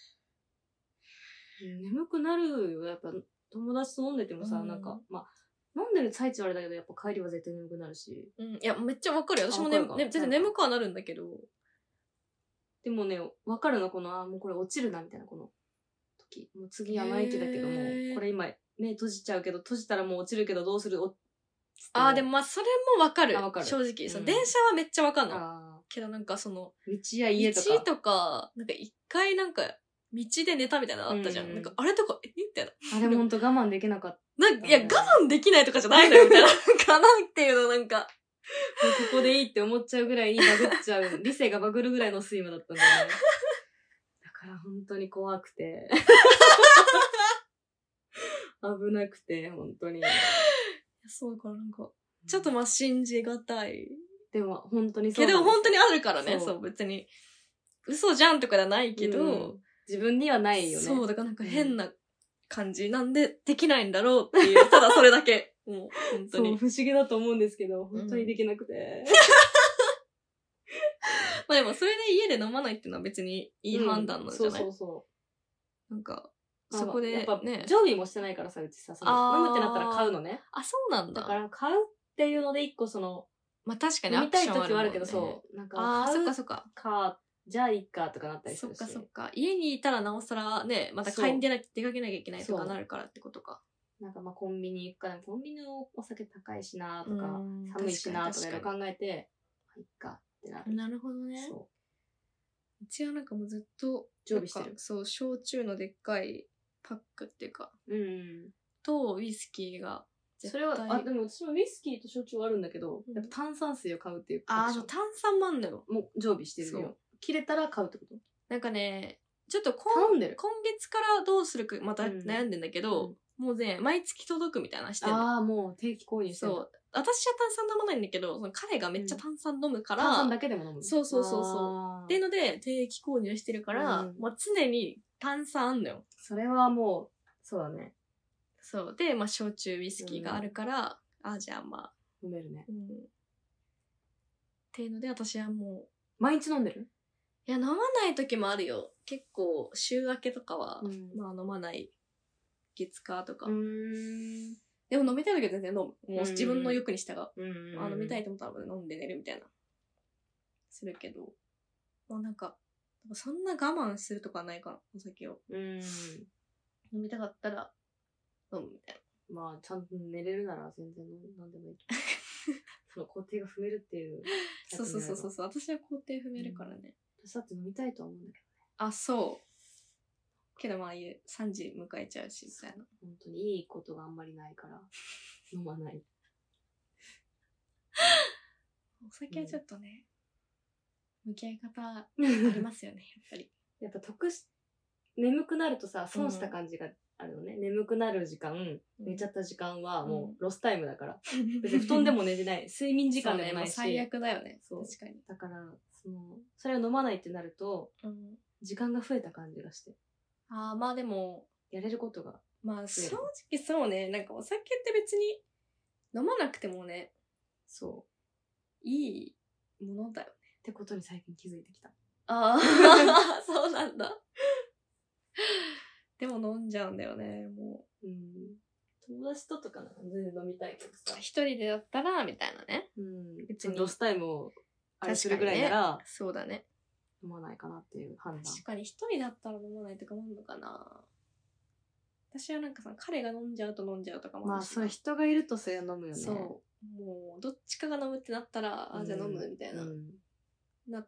Speaker 2: うん眠くなるよ。やっぱ友達と飲んでてもさ、
Speaker 1: うん
Speaker 2: なんか、まあ、飲んでる最中はあれだけど、やっぱ帰りは絶対眠くなるし。
Speaker 1: うん。いや、めっちゃわかるよ。私もね、
Speaker 2: わかるか
Speaker 1: ね全然眠くはなるんだけど。
Speaker 2: でもね、わかるの、この、あーもうこれ落ちるな、みたいな、この時。もう次やばい息だけども
Speaker 1: へー、
Speaker 2: これ今、目閉じちゃうけど、閉じたらもう落ちるけど、どうするお
Speaker 1: ああ、でも、まあ、それもわかる
Speaker 2: あわか。る
Speaker 1: 正直。そうの
Speaker 2: ん
Speaker 1: 電車はめっちゃわかんない。
Speaker 2: あ
Speaker 1: けどなんかその、
Speaker 2: ー道や家とか。
Speaker 1: 道とか、なんか一回なんか、道で寝たみたいなのあったじゃ。
Speaker 2: うんん
Speaker 1: なんか、あれとか、えみたいな。
Speaker 2: あれもほんと我慢できなかった。
Speaker 1: なんか、いや、
Speaker 2: うん
Speaker 1: 我慢できないとかじゃないのよ、み たいな。我慢っていうのなんか、
Speaker 2: もうここでいいって思っちゃうぐらいにバグっちゃう。 理性がバグるぐらいの睡魔だったんだよね。だから本当に怖くて。危なくて、本当に。
Speaker 1: そうだからなんか、ちょっと、まあ信じがたい。
Speaker 2: でも本当に
Speaker 1: けど本当
Speaker 2: に
Speaker 1: にあるからね、
Speaker 2: そう
Speaker 1: そう、別に。嘘じゃんとかじゃないけど、
Speaker 2: 自分にはないよね。
Speaker 1: そう、だからなんか変な感じなんで、できないんだろうっていう、ただそれだけ。もう、本当
Speaker 2: そう
Speaker 1: に。
Speaker 2: 不思議だと思うんですけど、本当にできなくて。
Speaker 1: まあでも、それで家で飲まないっていうのは別にいい判断なんじゃない、
Speaker 2: そうそうそ
Speaker 1: なんか、
Speaker 2: う。
Speaker 1: そこで
Speaker 2: やっぱ、
Speaker 1: ね。
Speaker 2: 常備もしてないからさ、うちさ、そ
Speaker 1: あー
Speaker 2: の飲むってなったら買うのね。
Speaker 1: あ、そうなんだ。
Speaker 2: だから買うっていうので一個その、
Speaker 1: まあ確かに
Speaker 2: 飲
Speaker 1: ア
Speaker 2: み
Speaker 1: ク
Speaker 2: たい
Speaker 1: ション
Speaker 2: 時はあ
Speaker 1: もんね
Speaker 2: るけど、そう。なんか、
Speaker 1: ああ、
Speaker 2: 買
Speaker 1: そうっかそっか。
Speaker 2: か、じゃあいいかとかなったりす
Speaker 1: そっ
Speaker 2: るし。
Speaker 1: かそっか。家にいたらなおさらね、また買いに出なきゃ出かけなきゃいけないとか
Speaker 2: そう
Speaker 1: なるからってことか。
Speaker 2: なんかまあコンビニ行くか、でもコンビニのお酒高いしなとか
Speaker 1: う、ん
Speaker 2: 寒いしなとかいろい
Speaker 1: 確か
Speaker 2: ろ考えて、まあいっかってなる。
Speaker 1: なるほどね。
Speaker 2: そう
Speaker 1: ちはなんかもうずっと、
Speaker 2: 常備してる
Speaker 1: なんかそう、焼酎のでっかいパックっていうか、
Speaker 2: う。うん。
Speaker 1: とウイスキーが絶
Speaker 2: そ
Speaker 1: 対。
Speaker 2: れは、あ、でも私もウイスキーと焼酎はあるんだけど、
Speaker 1: うん
Speaker 2: やっぱ炭酸水を買うっていう
Speaker 1: あー
Speaker 2: ア
Speaker 1: そ
Speaker 2: クショ
Speaker 1: う、炭酸もあんのよ。
Speaker 2: ンもう常備してる
Speaker 1: そう
Speaker 2: よ。切れたら買うってこと
Speaker 1: なんかね、ちょっと
Speaker 2: 頼
Speaker 1: 今
Speaker 2: んでる。
Speaker 1: 今月からどうするかまた
Speaker 2: うん
Speaker 1: 悩んでんだけど、もうね、毎月届くみたいなのしてんの。
Speaker 2: ああ、もう定期購入し
Speaker 1: そ
Speaker 2: てる。
Speaker 1: う。私は炭酸飲まないんだけど、その彼がめっちゃ炭酸飲むから、
Speaker 2: 炭酸だけでも飲むの。
Speaker 1: そうそうそうそう
Speaker 2: う
Speaker 1: っていうので定期購入してるから、
Speaker 2: うん
Speaker 1: まあ、常に炭酸あんのよ。
Speaker 2: それはもう、そうだね。
Speaker 1: そうで、まあ、焼酎ウイスキーがあるから、あじゃあまあ、
Speaker 2: 飲めるね。
Speaker 1: うん。っていうので私はも
Speaker 2: 毎日飲んでる
Speaker 1: ういや飲まない時もあるよ結構週明けとかは、
Speaker 2: うん
Speaker 1: まあ飲まない月火とか、
Speaker 2: ん。
Speaker 1: でも飲みたい時は全然飲むもう自分の欲に従う、
Speaker 2: うん
Speaker 1: あ飲みたいと思ったら飲んで寝るみたいなするけどまあなんかそんな我慢するとかはないかなお酒を
Speaker 2: うん。
Speaker 1: 飲みたかったら飲むみたいな。
Speaker 2: まあ、ちゃんと寝れるなら全然飲んでもいいけど。 その工程が踏めるっていう。。
Speaker 1: そうそうそうそううそう私は工程踏めるからね、
Speaker 2: 私だって飲みたいとは思うんだけ
Speaker 1: あそうけどまあいう3時迎えちゃうしみたいな
Speaker 2: ど、本当にいいことがあんまりないから、 飲まない。
Speaker 1: お酒はちょっとね、向き合い 方あり
Speaker 2: や
Speaker 1: ますよねやっぱ り
Speaker 2: っぱ得し、眠くなるとさ、損した感じがあるのね。眠くなる時間、寝ちゃった時間はもうロスタイムだ から。別に布団でも寝てない。睡眠時間でもないし。
Speaker 1: そうね、もう最悪だよね
Speaker 2: そう
Speaker 1: 確かに、
Speaker 2: だから、その、それを飲まないってなると、時間が増えた感じがして、
Speaker 1: ああまあでも
Speaker 2: やれることが。
Speaker 1: まあ正直そうねなんかお酒って別に飲まなくてもね
Speaker 2: そう。
Speaker 1: いいものだよね
Speaker 2: ってことに最近気づいてきた。
Speaker 1: ああ そうなんだでも飲んじゃうんだよねもう
Speaker 2: うん。友達ととかなら全然飲みたいけどさ。
Speaker 1: 一人でだったら、みたいなね。
Speaker 2: うん。
Speaker 1: 別に
Speaker 2: ロスタイムをあれする
Speaker 1: 確
Speaker 2: ぐ
Speaker 1: からに
Speaker 2: い
Speaker 1: ね
Speaker 2: なら、
Speaker 1: そうだね。
Speaker 2: 飲まないかなっていう判断
Speaker 1: 確。かに一人だったら飲まないとかもあるのかな。私はなんかさ、彼が飲んじゃうと飲んじゃうとかも
Speaker 2: まあ、
Speaker 1: るし
Speaker 2: そう、人がいるとそれは飲むよね。
Speaker 1: そう。もう、どっちかが飲むってなったら、あ、じゃあ飲むみたいな、
Speaker 2: うん
Speaker 1: な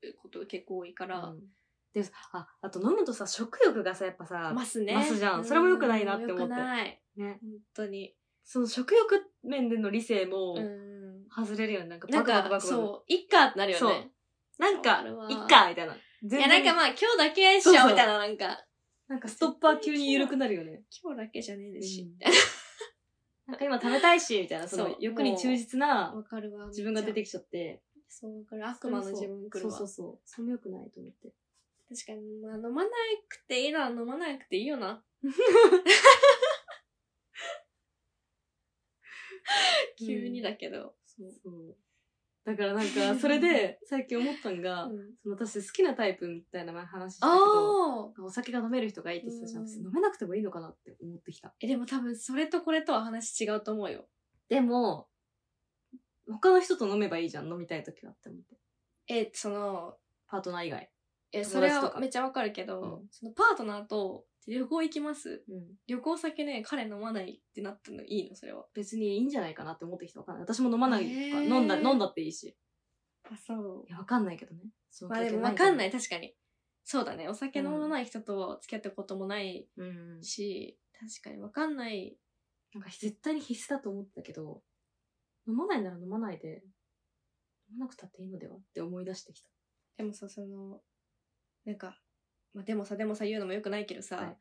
Speaker 1: ることが結構多いから
Speaker 2: う、んであ、あと飲むとさ、食欲がさ、やっぱさ、
Speaker 1: ますね。
Speaker 2: 増すじゃん
Speaker 1: う
Speaker 2: それも良くないなって思って
Speaker 1: 良くない。
Speaker 2: ね、
Speaker 1: 本当に。
Speaker 2: その食欲面での理性も
Speaker 1: うん。
Speaker 2: 外れるよね。なんか
Speaker 1: な
Speaker 2: バ
Speaker 1: ん
Speaker 2: クバ
Speaker 1: か、
Speaker 2: クバクバク。
Speaker 1: そう、いっかってなるよね。
Speaker 2: なんか
Speaker 1: わる、わ
Speaker 2: いっかみたいな。全
Speaker 1: いや、なんかまあ、今日だけしちゃうみたいな、なんか、
Speaker 2: なんかストッパー急に緩くなるよね。
Speaker 1: 今日だけじゃねえでし。
Speaker 2: なんか今食べたいし、みたいな、そ
Speaker 1: そう
Speaker 2: の欲に忠実な
Speaker 1: わかるわ。
Speaker 2: 自分が出てきちゃって。
Speaker 1: そう、これ悪魔の自分来るわ。
Speaker 2: そうそうそう。それも良くないと思って。
Speaker 1: 確かに、まあ、飲まなくていいな、飲まなくていいよ な。急にだけど。
Speaker 2: そう。だからなんか、 それで、最近思ったんが、その私好きなタイプみたいな前話したけ
Speaker 1: あ
Speaker 2: ど、
Speaker 1: あ
Speaker 2: お酒が飲める人がいいって言ってたじゃん。
Speaker 1: うん
Speaker 2: 別に飲めなくてもいいのかなって思ってきた。
Speaker 1: えでも多分それとこれとは話違うと思うよ
Speaker 2: でも、他の人と飲めばいいじゃん、飲みたい時はって思って。
Speaker 1: えその
Speaker 2: パートナー以外。
Speaker 1: え
Speaker 2: 友達
Speaker 1: それ
Speaker 2: と
Speaker 1: は
Speaker 2: か
Speaker 1: めっちゃわかるけど、
Speaker 2: うん
Speaker 1: そのパートナーと旅行行きます旅行先ね彼飲まないってなったのいいのそれは
Speaker 2: 別にいいんじゃないかなって思ってきたわかんない。私も飲まないから、
Speaker 1: へー
Speaker 2: 飲んだ、飲んだっていいし。
Speaker 1: あそう
Speaker 2: いや、わかんないけどね。そう。
Speaker 1: まあでもわかんないい確かにそうだねお酒飲まない人と付き合ったこともない
Speaker 2: うん。
Speaker 1: し、確かにわかんない
Speaker 2: なんか絶対に必須だと思ってたけど、飲まないなら飲まないで、飲まなくたっていいのではって思い出してきた。
Speaker 1: でもさそのなんか、まあ、でもさでもさ言うのもよくないけどさ、
Speaker 2: はい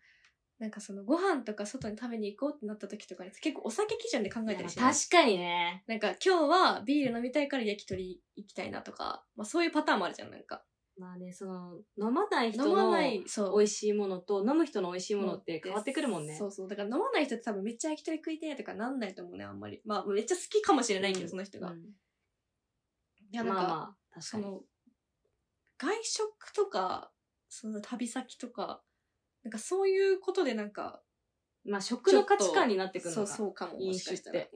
Speaker 1: なんかそのご飯とか外に食べに行こうってなった時とかに結構お酒基準で考えたりしない
Speaker 2: 確かにね。
Speaker 1: なんか今日はビール飲みたいから焼き鳥行きたいなとか、まあ、そういうパターンもあるじゃんなんか
Speaker 2: まあね、その、飲まない人
Speaker 1: 飲ま
Speaker 2: の
Speaker 1: ない
Speaker 2: 美
Speaker 1: そう
Speaker 2: 味しいものと、飲む人の美味しいものって変わってくるもんね。
Speaker 1: そうそうだから飲まない人って多分めっちゃ焼き鳥食いてえとかなんないと思うねあんまりまあめっちゃ好きかもしれないけど、
Speaker 2: うん
Speaker 1: その人が、
Speaker 2: う
Speaker 1: い
Speaker 2: んま
Speaker 1: や
Speaker 2: あ
Speaker 1: なんか、
Speaker 2: まあ、確
Speaker 1: そ
Speaker 2: かに。
Speaker 1: の外食とかその旅先とかなんかそういうことでなんか
Speaker 2: まあ、食の価値観になってくる
Speaker 1: そ
Speaker 2: の
Speaker 1: う
Speaker 2: か。
Speaker 1: そうかも
Speaker 2: 飲
Speaker 1: も
Speaker 2: 酒
Speaker 1: しかしたら
Speaker 2: って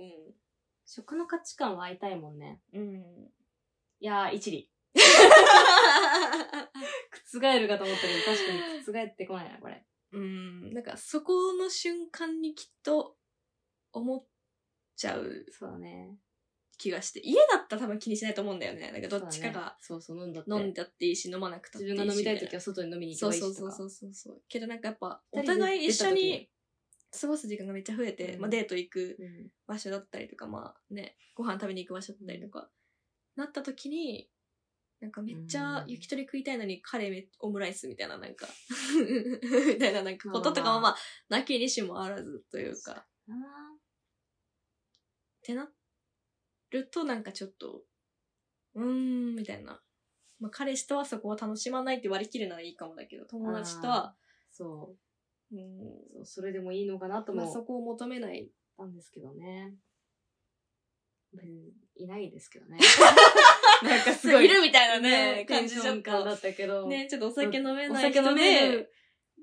Speaker 2: 食の価値観は合いたいもんね。
Speaker 1: うん、うん、
Speaker 2: いやー、一理。覆るかと思ったけど、確かに覆ってこないな、これ。
Speaker 1: うん、なんかそこの瞬間にきっと思っちゃう
Speaker 2: そうだね。
Speaker 1: 気がして家だったら多分気にしないと思うんだよねなんかどっちかが
Speaker 2: そうそう、飲んだって。
Speaker 1: 飲んだっていいし飲まなくたって
Speaker 2: 自
Speaker 1: いいし
Speaker 2: 分が飲みたい
Speaker 1: み
Speaker 2: 時
Speaker 1: な
Speaker 2: は外に飲みに行け
Speaker 1: そ
Speaker 2: ば
Speaker 1: う
Speaker 2: いいし
Speaker 1: そ
Speaker 2: と
Speaker 1: う
Speaker 2: か。
Speaker 1: そうそうそうそうけどなんかやっぱお
Speaker 2: 二人で
Speaker 1: 互い一緒に
Speaker 2: 出
Speaker 1: 過ごす時間がめっちゃ増えて、
Speaker 2: うん
Speaker 1: まあ、デート行く
Speaker 2: た時に。
Speaker 1: 場所だったりとかまあねご飯食べに行く場所だったりとか、なった時になんかめっちゃ
Speaker 2: うん
Speaker 1: 焼き鳥食いたいのにカレーめオムライスみたいな なんかみたいななんかこととか
Speaker 2: まあまあ
Speaker 1: もまあなきにしもあらずというかっ
Speaker 2: うん。
Speaker 1: てなるとなんかちょっとうーんみたいな、まあ、彼氏とはそこを楽しまないって割り切るならいいかもだけど友達とは
Speaker 2: そうう。
Speaker 1: ん
Speaker 2: そう、それでもいいのかなとも
Speaker 1: まあ
Speaker 2: 思
Speaker 1: そ
Speaker 2: っ
Speaker 1: こを求め ない
Speaker 2: たんですけどね。うんいないですけどね。
Speaker 1: なんか
Speaker 2: すごい
Speaker 1: るみたいな
Speaker 2: ね
Speaker 1: ね感じちょっ
Speaker 2: 感だ
Speaker 1: と
Speaker 2: ったけど。
Speaker 1: ねちょっとお酒飲め
Speaker 2: お
Speaker 1: ない
Speaker 2: 酒
Speaker 1: 人で
Speaker 2: 飲める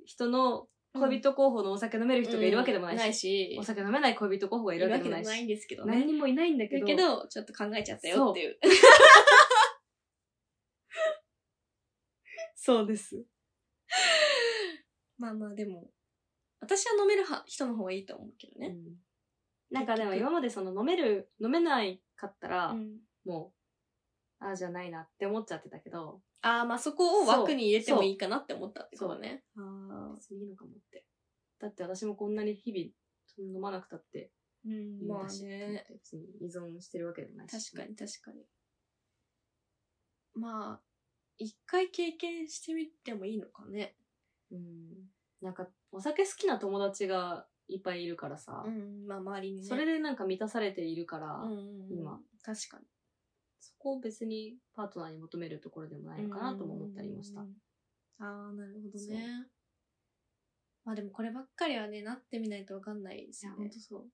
Speaker 2: 人の恋人候補のお酒飲める人がいるわけでも
Speaker 1: うん
Speaker 2: ないし、お酒飲めない恋人候補がい
Speaker 1: い
Speaker 2: る
Speaker 1: る
Speaker 2: わ
Speaker 1: わ
Speaker 2: け
Speaker 1: けで
Speaker 2: で
Speaker 1: も
Speaker 2: もな
Speaker 1: ないいん
Speaker 2: し、
Speaker 1: ですけど
Speaker 2: 何
Speaker 1: ね。
Speaker 2: 人もいないんだけ
Speaker 1: だ
Speaker 2: ど、
Speaker 1: けど、ちょっと考えちゃったよっていう。
Speaker 2: そうです。
Speaker 1: まあまあでも、私は飲めるは人の方がいいと思うけど
Speaker 2: う
Speaker 1: ね。
Speaker 2: んなんかでも今までその飲める、飲めないかったら、もう、ああじゃないなって思っちゃってたけど、
Speaker 1: ああ、まあそこを枠に入れてもいいかなって思ったってことね。
Speaker 2: 別にいいのかもって。だって私もこんなに日々その飲まなくたっていい
Speaker 1: うんんまあ
Speaker 2: だしって思っ
Speaker 1: ね。
Speaker 2: て、別に依存してるわけでもないし。
Speaker 1: 確かに確かに。まあ、一回経験してみてもいいのかね。
Speaker 2: うん。なんか、お酒好きな友達がいっぱいいるからさ、
Speaker 1: ん、まあ周りに
Speaker 2: それでなんか満たされているから、
Speaker 1: うんうんうん
Speaker 2: 今。
Speaker 1: 確かに。
Speaker 2: そこを別にパートナーに求めるところでもないのかなとも思ったりもした。
Speaker 1: うんうんうん。ああ、なるほど
Speaker 2: そう
Speaker 1: ね。まあでもこればっかりはね、なってみないとわかんないです
Speaker 2: いや、
Speaker 1: よ
Speaker 2: ほん
Speaker 1: ね
Speaker 2: と。そう。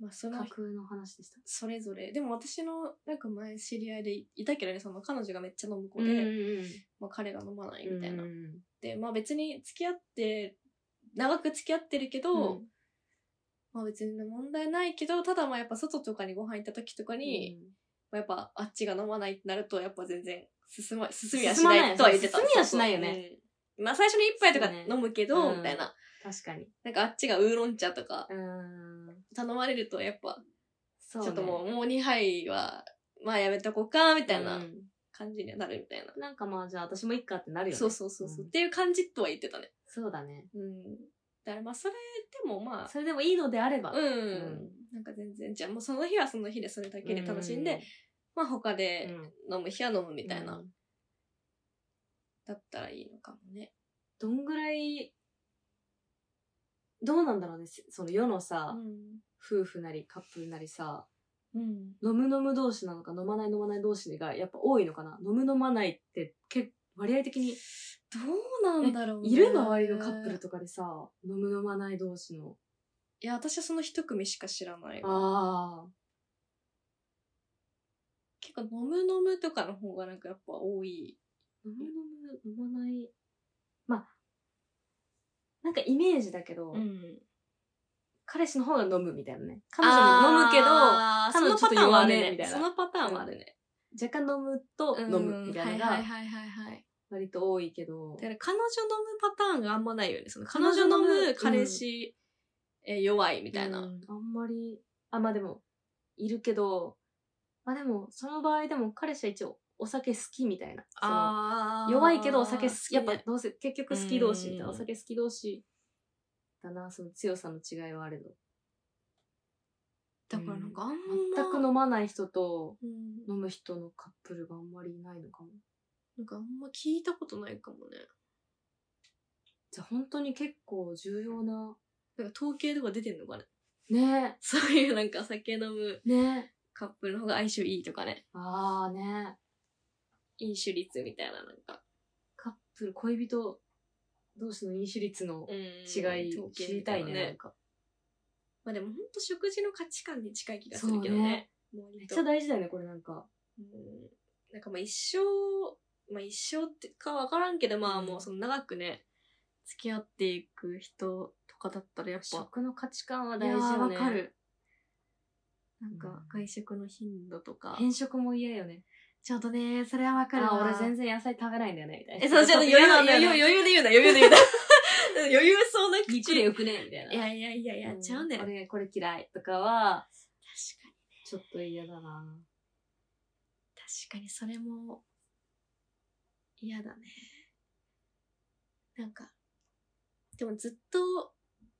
Speaker 1: まあその
Speaker 2: 架空の話でした。
Speaker 1: それぞれ。でも私のなんか前知り合いでいたけどね、その彼女がめっちゃ飲む子で、まあ彼が飲まないみたいな。
Speaker 2: うんうん
Speaker 1: で、まあ別に付き合って、長く付き合ってるけど、
Speaker 2: うん
Speaker 1: まあ別に問題ないけど、ただまあやっぱ外とかにご飯行った時とかに、まあやっぱあっちが飲まないってなると、やっぱ全然進ま、進みはしないとは言ってた。
Speaker 2: 進まない進みはしないよね
Speaker 1: そうそう。うんまあ最初の一杯とか
Speaker 2: そうね
Speaker 1: 飲むけど、
Speaker 2: うん
Speaker 1: みたいな。
Speaker 2: 確かに。
Speaker 1: なんかあっちがウーロン茶とか
Speaker 2: うん。
Speaker 1: 頼まれると、やっぱ
Speaker 2: そう、ね。
Speaker 1: ちょっともう、もう2杯は、まあやめとこうか、み
Speaker 2: み
Speaker 1: たいな感じにはなるみたいな。
Speaker 2: なんかまあ、じゃあ私もいっかってなるよね。
Speaker 1: そうそうそうそう、
Speaker 2: うん
Speaker 1: っていう感じとは言ってたね。
Speaker 2: そうだね。
Speaker 1: うん。だからまあそれでもまあ、
Speaker 2: それでもいいのであれば。
Speaker 1: うん、
Speaker 2: ん
Speaker 1: なんか全然、じゃあもうその日はその日でそれだけで楽しんで、まあ他
Speaker 2: うん、
Speaker 1: で
Speaker 2: うん
Speaker 1: 飲む日は飲むみたいな、
Speaker 2: うん
Speaker 1: だったらいいのかもね。
Speaker 2: どんぐらい、どうなんだろうね。その世のさ、
Speaker 1: う
Speaker 2: 夫婦なりカップルなりさ、
Speaker 1: ん。うん。
Speaker 2: 飲む飲む同士なのか、飲まない飲まない同士がやっぱ多いのかな。飲む飲まないって結割合的に
Speaker 1: どうなんだろうね
Speaker 2: いるの周りのカップルとかでさ、飲む飲まない同士の。
Speaker 1: いや、私はその一組しか知らないわ。
Speaker 2: ああ。
Speaker 1: 結構飲む飲むとかの方がなんかやっぱ多い。
Speaker 2: 飲む飲む、飲まない。まあ、なんかイメージだけど、
Speaker 1: ん。
Speaker 2: 彼氏の方が飲むみたいなね。彼
Speaker 1: 彼
Speaker 2: 女
Speaker 1: 女も
Speaker 2: も飲
Speaker 1: 飲
Speaker 2: む
Speaker 1: む
Speaker 2: け
Speaker 1: け
Speaker 2: ど、
Speaker 1: ど、
Speaker 2: 若
Speaker 1: そのパターンはある
Speaker 2: ちょっと弱
Speaker 1: ね
Speaker 2: めみた。いな
Speaker 1: そのパターンはあるね。
Speaker 2: 干飲むと飲むみたいなの
Speaker 1: はい
Speaker 2: が
Speaker 1: はいはいはいはい。
Speaker 2: 割と多いけど
Speaker 1: だ、から彼女飲むパターンがあんまないよね。その彼
Speaker 2: 彼
Speaker 1: 女
Speaker 2: 女飲む
Speaker 1: 飲
Speaker 2: うん
Speaker 1: む彼氏、えー弱いみたいな。
Speaker 2: うんあんまり、あ、まあでも、いるけど、まあでも、その場合でも彼氏は一応お酒好きみたいな。そ
Speaker 1: あ
Speaker 2: の
Speaker 1: ー
Speaker 2: 弱いけどお酒好
Speaker 1: 好
Speaker 2: き、
Speaker 1: き
Speaker 2: やっ
Speaker 1: ね
Speaker 2: ぱどうせ結局好き同士みたいな、
Speaker 1: うん
Speaker 2: お酒好き同士だな、その強さの違いはあれど。
Speaker 1: だからなんかあんま。
Speaker 2: 全く飲まない人と
Speaker 1: うん
Speaker 2: 飲む人のカップルがあんまりいないのかも。
Speaker 1: なんかあんま聞いたことないかもね。
Speaker 2: じゃあ本当に結構重要な、
Speaker 1: なんか統計とか出てんのかね。
Speaker 2: ね
Speaker 1: そういうなんか酒飲む
Speaker 2: ね
Speaker 1: カップルの方が相性いいとかね。
Speaker 2: ああね
Speaker 1: 飲酒率みたいななんか。
Speaker 2: カップル、恋人同士の飲酒率の違
Speaker 1: 違
Speaker 2: い知りたいね、なんか。
Speaker 1: まあでもほんと食事の価値観に近い気がす
Speaker 2: そう
Speaker 1: る
Speaker 2: ね
Speaker 1: けどね。
Speaker 2: め
Speaker 1: め
Speaker 2: っちゃ大事だよね、これなんか。
Speaker 1: うんなんかまあ一生、まあ一生ってかわからんけど、まあ
Speaker 2: うん
Speaker 1: もうその長くね、付き合っていく人とかだったらやっぱ、
Speaker 2: 食の価値観は
Speaker 1: 大
Speaker 2: 大
Speaker 1: 事
Speaker 2: 事よ
Speaker 1: わ
Speaker 2: ね。
Speaker 1: か。る。なん
Speaker 2: うん
Speaker 1: か外食の頻度とか。
Speaker 2: 変色も嫌よね。
Speaker 1: ちょっとね、それはわかる
Speaker 2: あ
Speaker 1: わ。
Speaker 2: ー、俺全然野菜食べないんだよね、みたいな。
Speaker 1: え、そう、ちょっと余
Speaker 2: 嫌
Speaker 1: 裕、
Speaker 2: なんだよ
Speaker 1: 余
Speaker 2: ね
Speaker 1: 裕、余裕で言うな、余裕 で言うな。余裕そうな
Speaker 2: 肉
Speaker 1: 口。
Speaker 2: で
Speaker 1: い
Speaker 2: よくねみたいな。
Speaker 1: やいやいやいや、ちゃうね。
Speaker 2: ん
Speaker 1: 確か
Speaker 2: 俺これ嫌いとかは、
Speaker 1: に。
Speaker 2: ちょっと嫌だな。
Speaker 1: 確かにそれも嫌だねなんかでもずっと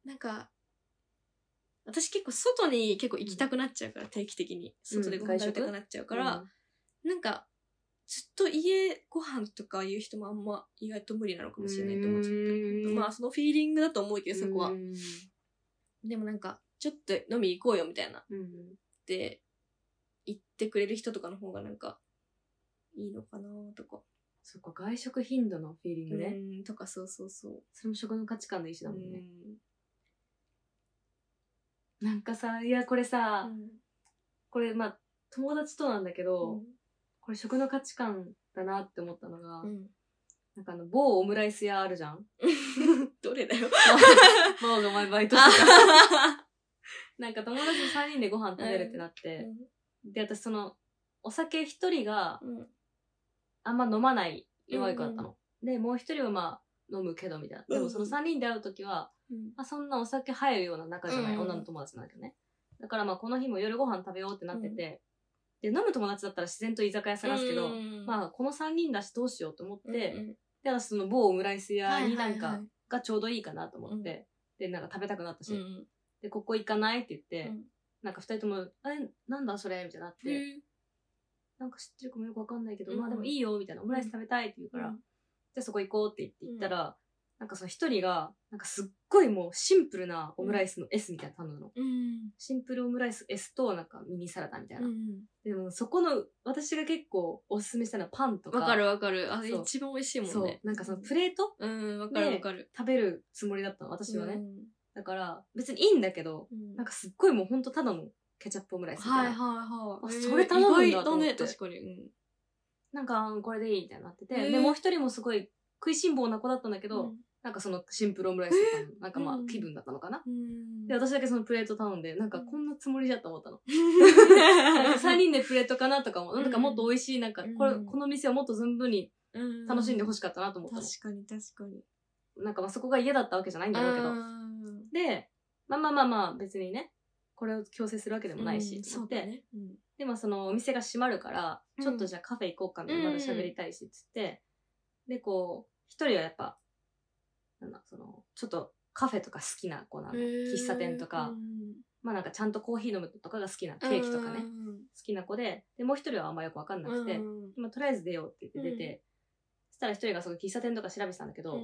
Speaker 1: なんか私結構外に結構行きたくなっちゃうから、定期的に外でご
Speaker 2: う
Speaker 1: 飯食
Speaker 2: ん
Speaker 1: べた
Speaker 2: 外食
Speaker 1: くなっちゃうから
Speaker 2: う、ん
Speaker 1: なんかずっと家ご飯とかいう人もあんま意外と無理なのかもしれないと思っちゃ
Speaker 2: う
Speaker 1: っ
Speaker 2: ー
Speaker 1: た
Speaker 2: ん
Speaker 1: まあそのフィーリングだと思うけどそこは
Speaker 2: うん
Speaker 1: でもなんかちょっと飲み行こうよみたいな
Speaker 2: うん
Speaker 1: って言ってくれる人とかの方がなんかいいのかなとか
Speaker 2: そっか、外食頻度のフィーリングね。
Speaker 1: うんとかそうそうそう。
Speaker 2: それも食の価値観の一種だもん
Speaker 1: う
Speaker 2: ね。
Speaker 1: ん
Speaker 2: なんかさ、いや、これさ、
Speaker 1: うん
Speaker 2: これまあ、友達となんだけど、これ食の価値観だなって思ったのが、
Speaker 1: うん
Speaker 2: なんかあの、某オムライス屋あるじゃん
Speaker 1: どれだよ。
Speaker 2: 真央が前バイトしてた。
Speaker 1: あ
Speaker 2: なんか友達と3人でご飯食べるってなって、で、私その、お酒1人が
Speaker 1: うん
Speaker 2: あんま飲まない弱い子だったの。で、もう1人はまあ、飲むけどみたいな。でもその3人で会うときは、
Speaker 1: うん
Speaker 2: まあ、そんなお酒入るような仲じゃない、
Speaker 1: うん
Speaker 2: 女の友達なんだけどね。だからまあこの日も夜ご飯食べようってなってて、で、飲む友達だったら自然と居酒屋探すけど、
Speaker 1: うん
Speaker 2: まあこの3人だしどうしようと思って、
Speaker 1: うんうん
Speaker 2: で、私その某オムライス屋になん
Speaker 1: はいはい
Speaker 2: か
Speaker 1: はい、
Speaker 2: がちょうどいいかなと思って、で、なんか食べたくなったし、で、ここ行かないって言って、
Speaker 1: うん
Speaker 2: なんか二人とも、え、なんだそれみたいになって、
Speaker 1: うん
Speaker 2: なんか知ってる子もよくわかんないけど、
Speaker 1: うん
Speaker 2: まあでもいいよ、みたいな、オムライス食べたいって言うから、
Speaker 1: うん
Speaker 2: じゃあそこ行こうって言って行ったら、なんかその一人が、なんかすっごいもうシンプルなオムライスの S みたいなの頼むの。
Speaker 1: うん
Speaker 2: シンプルオムライス S となんかミニサラダみたいな。
Speaker 1: うん
Speaker 2: でもそこの、私が結構おすすめしたのはパンとか。
Speaker 1: わかるわかる。あれ
Speaker 2: そう
Speaker 1: 一番美味しいもん
Speaker 2: そう
Speaker 1: ね。。
Speaker 2: なんかそのプレート
Speaker 1: うん、わかるわかる。
Speaker 2: 食べるつもりだったの、私はね。
Speaker 1: うん
Speaker 2: だから、別にいいんだけど、
Speaker 1: うん
Speaker 2: なんかすっごいもうほんとただのケチャップオムライスみたいな。
Speaker 1: はいはいはい。
Speaker 2: あそれ頼むんだ
Speaker 1: 意外
Speaker 2: と思っ
Speaker 1: ね、
Speaker 2: て
Speaker 1: 確かに。うん
Speaker 2: なんか、うんこれでいいみたいになってて、
Speaker 1: へー
Speaker 2: で、もう一人もすごい食いしん坊な子だったんだけど、なんかそのシンプルオムライスとかの、なんかまあ
Speaker 1: うん
Speaker 2: 気分だったのかな。
Speaker 1: うん
Speaker 2: で、私だけそのプレート頼んで、なんか
Speaker 1: うん
Speaker 2: こんなつもりじゃと思ったの。
Speaker 1: うん
Speaker 2: 3人でプレートかなとかも、なんかもっと美味しい、なんか
Speaker 1: うん
Speaker 2: これ、この店をもっと存分に楽しんでほしかったなと思ったの。
Speaker 1: 確かに確かに。
Speaker 2: なんかまあそこが嫌だったわけじゃないんだろうけど。
Speaker 1: うん
Speaker 2: で、まあまあまあまあ別にね、これを強制するわけでもないし、
Speaker 1: うん
Speaker 2: と思
Speaker 1: そ
Speaker 2: っ
Speaker 1: う
Speaker 2: て
Speaker 1: だね。うん
Speaker 2: で、まあそのお店が閉まるから、
Speaker 1: うん
Speaker 2: ちょっとじゃあカフェ行こうかみたいな、
Speaker 1: うん
Speaker 2: まだ喋りたいし、つって、で、こう、一人はやっぱ、なんだ、その、ちょっとカフェとか好きな子なの。喫
Speaker 1: 喫
Speaker 2: 茶店とか、まあなんかちゃんとコーヒー飲むとかが好きな、ケーキとかね、好きな子で、で、もう一人はあんまよくわかんなくて、まあとりあえず出ようって言って出て、
Speaker 1: う
Speaker 2: そしたら一人がその喫茶店とか調べてたんだけど、も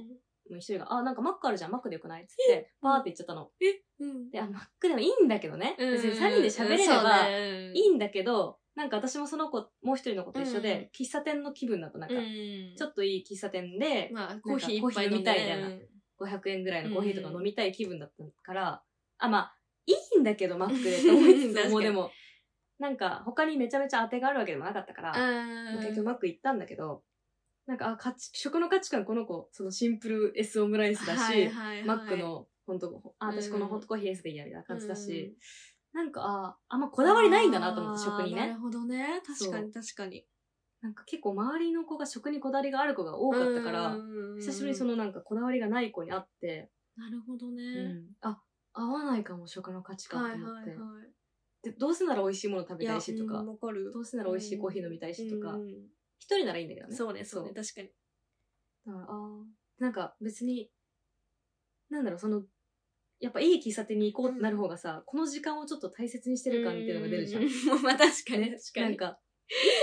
Speaker 1: う
Speaker 2: う一人が、あ、なんかマックあるじゃん、マックでよくないっつって、パーって言っちゃったの。
Speaker 1: ん
Speaker 2: で、あ、マックでもいいんだけどね。別に3人で喋れれば、いいんだけど、なんか私もその子、もう一人の子と一緒で、喫茶店の気分だとなんか、ちょ
Speaker 1: っ
Speaker 2: っといい喫茶店で
Speaker 1: と、まあコ
Speaker 2: コー
Speaker 1: ー
Speaker 2: ヒ
Speaker 1: ヒー
Speaker 2: ーいっ
Speaker 1: いっ
Speaker 2: ぱ
Speaker 1: ぱ
Speaker 2: い
Speaker 1: い
Speaker 2: 飲
Speaker 1: 飲
Speaker 2: ん
Speaker 1: ん
Speaker 2: で
Speaker 1: で
Speaker 2: ね500円ぐらいのコーヒーとか飲みたい気分だったから、あ、まあ、いいんだけど、マックでって思いつ つ
Speaker 1: 確か
Speaker 2: も、
Speaker 1: に
Speaker 2: うでも、なんか他にめちゃめちゃ当てがあるわけでもなかったから、
Speaker 1: うん
Speaker 2: 結局うまくいったんだけど、なんか、あ、価値、食の価値観この子、そのシンプル S オムライスだし、
Speaker 1: はいはいはい
Speaker 2: マックの、本当あ、私このホットコーヒー S でいいやみたいな感じだし、なんか、あ、あんまこだわりないんだなと思って、
Speaker 1: あー
Speaker 2: 食に
Speaker 1: なる
Speaker 2: ね。
Speaker 1: ほどね。
Speaker 2: そ
Speaker 1: 確
Speaker 2: う
Speaker 1: かに確かに。
Speaker 2: なんか結構周りの子が食にこだわりがある子が多かったから、
Speaker 1: うんうんうん
Speaker 2: 久しぶりにそ。のなんかこだわりがない子に会って、
Speaker 1: なるほどね。
Speaker 2: あ、合わないかも食の価値観
Speaker 1: は
Speaker 2: と
Speaker 1: い
Speaker 2: 思って、
Speaker 1: はいはい。
Speaker 2: で。どうせなら美味しいもの食べたいしと
Speaker 1: う
Speaker 2: か
Speaker 1: ん、わかる
Speaker 2: ど。うせなら美味しいコーヒー飲みたいしとか
Speaker 1: う、んうん
Speaker 2: 一、人ならいいんだけどね。
Speaker 1: そうね、そうね、確かに。
Speaker 2: だからあーなんか別に、なんだろう、その、やっぱいい喫茶店に行こうってなる方がさ、この時間をちょっと大切にしてる感っていうのが出るじゃん。
Speaker 1: うううまあ 確かに確かに。
Speaker 2: なんか、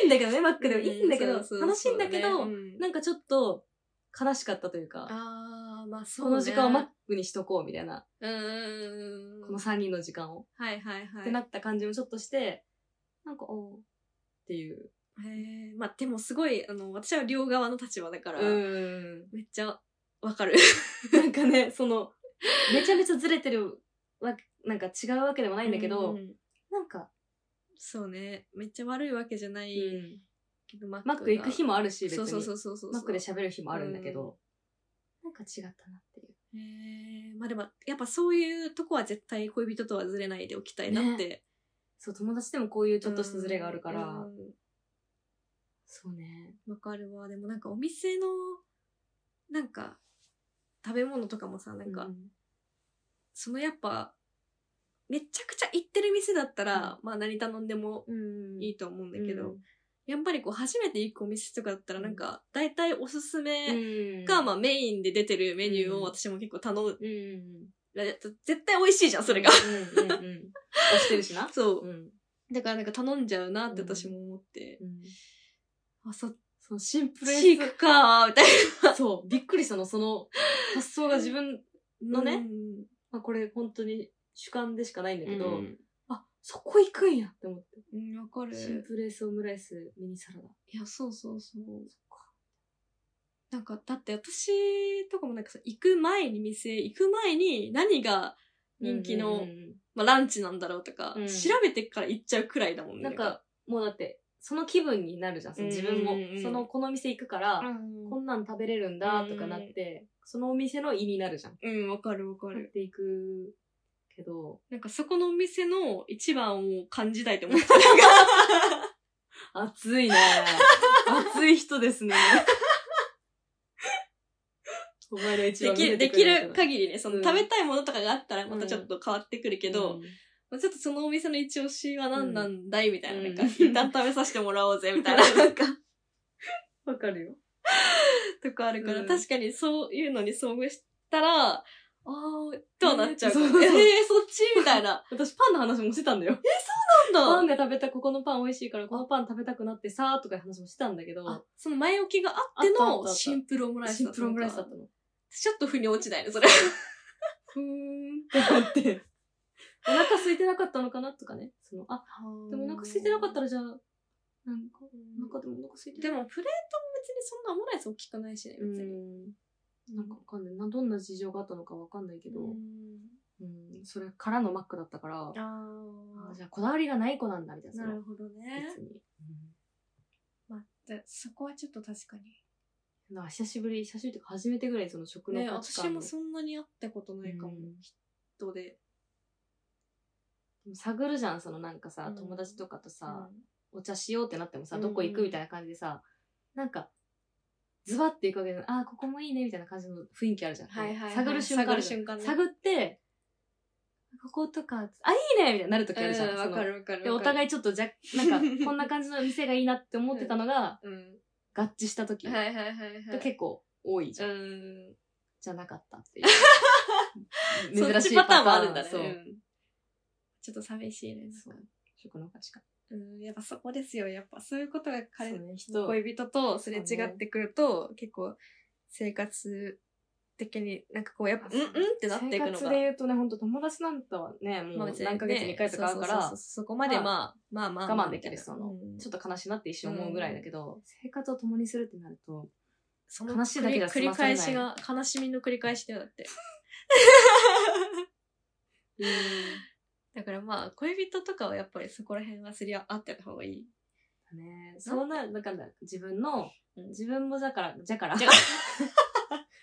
Speaker 2: いいんだけどね、マックでもいいんだけど、
Speaker 1: うそう
Speaker 2: 楽しいんだけど、
Speaker 1: そうねうん
Speaker 2: なんかちょっと悲しかったというか、
Speaker 1: ああ、まあそう
Speaker 2: こ
Speaker 1: ね。
Speaker 2: の時間をマックにしとこうみたいな、
Speaker 1: うんうんうん。
Speaker 2: この3人の時間を、
Speaker 1: はいはいはい。
Speaker 2: ってなった感じもちょっとして、なんか、おーっていう。
Speaker 1: へえまあでもすごい、あの、私は両側の立場だから、
Speaker 2: うん。
Speaker 1: めっちゃわかる。
Speaker 2: なんかね、その、めちゃめちゃずれてるわけ、なんか違うわけでもないんだけど、
Speaker 1: ううん
Speaker 2: なんか、
Speaker 1: そうね。めっちゃ悪いわけじゃないけど、マッ
Speaker 2: マック行く日
Speaker 1: も
Speaker 2: もあるし、別に。
Speaker 1: そうそうそうそうそう。
Speaker 2: マックで喋る日もあるんだけど、なんか違ったなっていう。
Speaker 1: へえまあでも、やっぱそういうとこは絶対恋人とはずれないでおきたいなって。
Speaker 2: そう、友達でもこういうちょっとしたズレがあるから、
Speaker 1: うん
Speaker 2: そうね。
Speaker 1: わかるわ。でもなんかお店の、なんか、食べ物とかもさ、なんか、
Speaker 2: う
Speaker 1: そのやっぱ、めちゃくちゃ行ってる店だったら、まあ何頼んでも
Speaker 2: うん
Speaker 1: いいと思うんだけど、、やっぱりこう初めて行くお店とかだったらなんか、大体おすすめが、まあメインで出てるメニュー
Speaker 2: うん
Speaker 1: を私も結構頼む。
Speaker 2: うん
Speaker 1: 絶対美味しいじゃん、それが。
Speaker 2: うんうんうん。押してるしな。
Speaker 1: そう。
Speaker 2: ん。
Speaker 1: だからなんか頼んじゃうなって私も思って。あ、そっ
Speaker 2: そのシンプル
Speaker 1: ち行くかー、みたい
Speaker 2: な。そう。びっくりしたの、その発想が自分、
Speaker 1: な。
Speaker 2: のね
Speaker 1: うん。
Speaker 2: まあこれ本当に主観でしかないんだけど、
Speaker 1: うん
Speaker 2: あ、そこ行くんやって思って。
Speaker 1: うん、わかる。
Speaker 2: シンプルエスオムライスミニサラダ。
Speaker 1: いや、そうそうそう。
Speaker 2: そっか
Speaker 1: なんか、だって私とかもなんかさ、行く前に店、行く前に何が人気の、
Speaker 2: うんうんうん
Speaker 1: まあ、ランチなんだろうとか、
Speaker 2: うん
Speaker 1: 調べてから行っちゃうくらいだもんね。
Speaker 2: なんか、もうだって、その気分になるじゃん、その自分も。
Speaker 1: うんうんうん
Speaker 2: その、この店行くから、
Speaker 1: うん
Speaker 2: こんなん食べれるんだ、とかなって、そのお店の胃になるじゃん。
Speaker 1: うん、わかるわか
Speaker 2: なっ
Speaker 1: る。
Speaker 2: ていくけど、
Speaker 1: なんかそこのお店の一番を感じたいと思ってたのが、
Speaker 2: 熱いね。熱い人ですね。お前 の一
Speaker 1: で
Speaker 2: 番
Speaker 1: き
Speaker 2: 見せ
Speaker 1: る、
Speaker 2: て
Speaker 1: で
Speaker 2: く
Speaker 1: き
Speaker 2: れ
Speaker 1: る
Speaker 2: みたいな
Speaker 1: 限りね、その、
Speaker 2: うん
Speaker 1: 食べたいものとかがあったらまたちょっと変わってくるけど、
Speaker 2: うん
Speaker 1: まあちょっとそのお店の一押しは何なんだいみたいな、
Speaker 2: うん
Speaker 1: なんか、一旦食べさせてもらおうぜ、みたいな、なんか、
Speaker 2: わかるよ。
Speaker 1: とかあるから、
Speaker 2: うん
Speaker 1: 確かにそういうのに遭遇したら、ああー、とはなっちゃうから。
Speaker 2: ねそうそうそう
Speaker 1: ええー、そっちみたいな。
Speaker 2: 私パンの話もしてたんだよ。パ
Speaker 1: なん
Speaker 2: ン
Speaker 1: だ。
Speaker 2: が食べた、ここのパン美味しいから、このパン食べたくなってさーとかいう話もしてたんだけ
Speaker 1: あ
Speaker 2: ど、
Speaker 1: その前置きがあって
Speaker 2: あったあったあっ
Speaker 1: の
Speaker 2: た
Speaker 1: シンプルオムライス
Speaker 2: シンプルオムライス
Speaker 1: だ
Speaker 2: だっ
Speaker 1: ったたのか。
Speaker 2: の。
Speaker 1: ちょっと腑に落ちないね、それ。
Speaker 2: ふーんって思って。お腹空いてなかったのかなとかね。その、あ、
Speaker 1: で
Speaker 2: でも
Speaker 1: もな
Speaker 2: お
Speaker 1: ん
Speaker 2: 腹
Speaker 1: か
Speaker 2: 空
Speaker 1: 空いて
Speaker 2: いてな
Speaker 1: な
Speaker 2: か
Speaker 1: か
Speaker 2: っ
Speaker 1: ったたら、
Speaker 2: らじゃあ、なんか、
Speaker 1: なん
Speaker 2: 中
Speaker 1: か
Speaker 2: でもお腹空いて
Speaker 1: で
Speaker 2: る。
Speaker 1: もプレートも別にそんなオムライス大きくないしね、
Speaker 2: う
Speaker 1: 別に。
Speaker 2: ん。なんかわかんないな。どんな事情があったのかわかんないけど、うん。それからのマックだったから、
Speaker 1: あ
Speaker 2: あ
Speaker 1: あ
Speaker 2: じゃあこだわりがない子なんだ、みたいな。
Speaker 1: なるほど
Speaker 2: その
Speaker 1: ね
Speaker 2: 別。に。
Speaker 1: まあ、じゃあそこはちょっと確かに。
Speaker 2: うんなんか久しぶり、久しぶりというか初めてぐらいその食の
Speaker 1: ね、
Speaker 2: 価値
Speaker 1: 私
Speaker 2: 観の、
Speaker 1: もそんなに会ったことないかも、
Speaker 2: うん
Speaker 1: 人で。
Speaker 2: 探るじゃん、そのなんかさ、
Speaker 1: うん
Speaker 2: 友達とかとさ、
Speaker 1: うん
Speaker 2: お茶しようってなってもさ、
Speaker 1: うん
Speaker 2: どこ行くみたいな感じでさ、なんか、ズバッていくわけじゃない。あー、ここもいいね、みたいな感じの雰囲気あるじゃん。
Speaker 1: はいはいはい
Speaker 2: 探る瞬間あるじゃん。
Speaker 1: 探る瞬間ね
Speaker 2: 探って、こことか、あ、いいねみたいになる時あるじゃん。
Speaker 1: うん
Speaker 2: そ
Speaker 1: わ
Speaker 2: の
Speaker 1: かるわかる。
Speaker 2: で、お互いちょっとじゃ、なんか、こんな感じの店がいいなって思ってたのが、
Speaker 1: うん。
Speaker 2: 合致した時
Speaker 1: は
Speaker 2: が
Speaker 1: いはいはいはい。
Speaker 2: 結構多いじゃん。
Speaker 1: うん。
Speaker 2: じゃなかった ってい。
Speaker 1: そうっ
Speaker 2: 珍し
Speaker 1: ち
Speaker 2: い
Speaker 1: パ
Speaker 2: パ
Speaker 1: ターン
Speaker 2: ターン
Speaker 1: もあるんだね。
Speaker 2: そうう。
Speaker 1: んちょっと寂しいね。
Speaker 2: そう食の価値観。
Speaker 1: うん。やっぱそこですよ。やっぱそういうことが彼、
Speaker 2: そうね、人。
Speaker 1: 恋人とすれ違ってくると、結構生活的になんかこうやっぱ、うんうんってなっていくの
Speaker 2: 生活
Speaker 1: が
Speaker 2: で。言うとね、本当友達なんかはね、
Speaker 1: ま
Speaker 2: も
Speaker 1: あ
Speaker 2: う
Speaker 1: 別
Speaker 2: 何ヶ月に1回とかあるから、
Speaker 1: そうそうそうそこまでまあ、まあまあまあ
Speaker 2: 我慢できるしその
Speaker 1: みたいなうん
Speaker 2: ちょっと悲しいなって一瞬思うぐらいだけど、生活を共にするってなると、
Speaker 1: その
Speaker 2: 悲しいだけでは
Speaker 1: 繰
Speaker 2: 済
Speaker 1: り
Speaker 2: まされ
Speaker 1: 返
Speaker 2: ない
Speaker 1: しが、悲しみの繰り返しだよ、だって。だからまあ、恋人とかはやっぱりそこら辺はすり合ってた方がいい。
Speaker 2: ねそうなる、だから自分の、
Speaker 1: うん
Speaker 2: 自分もだから、じゃから。
Speaker 1: じ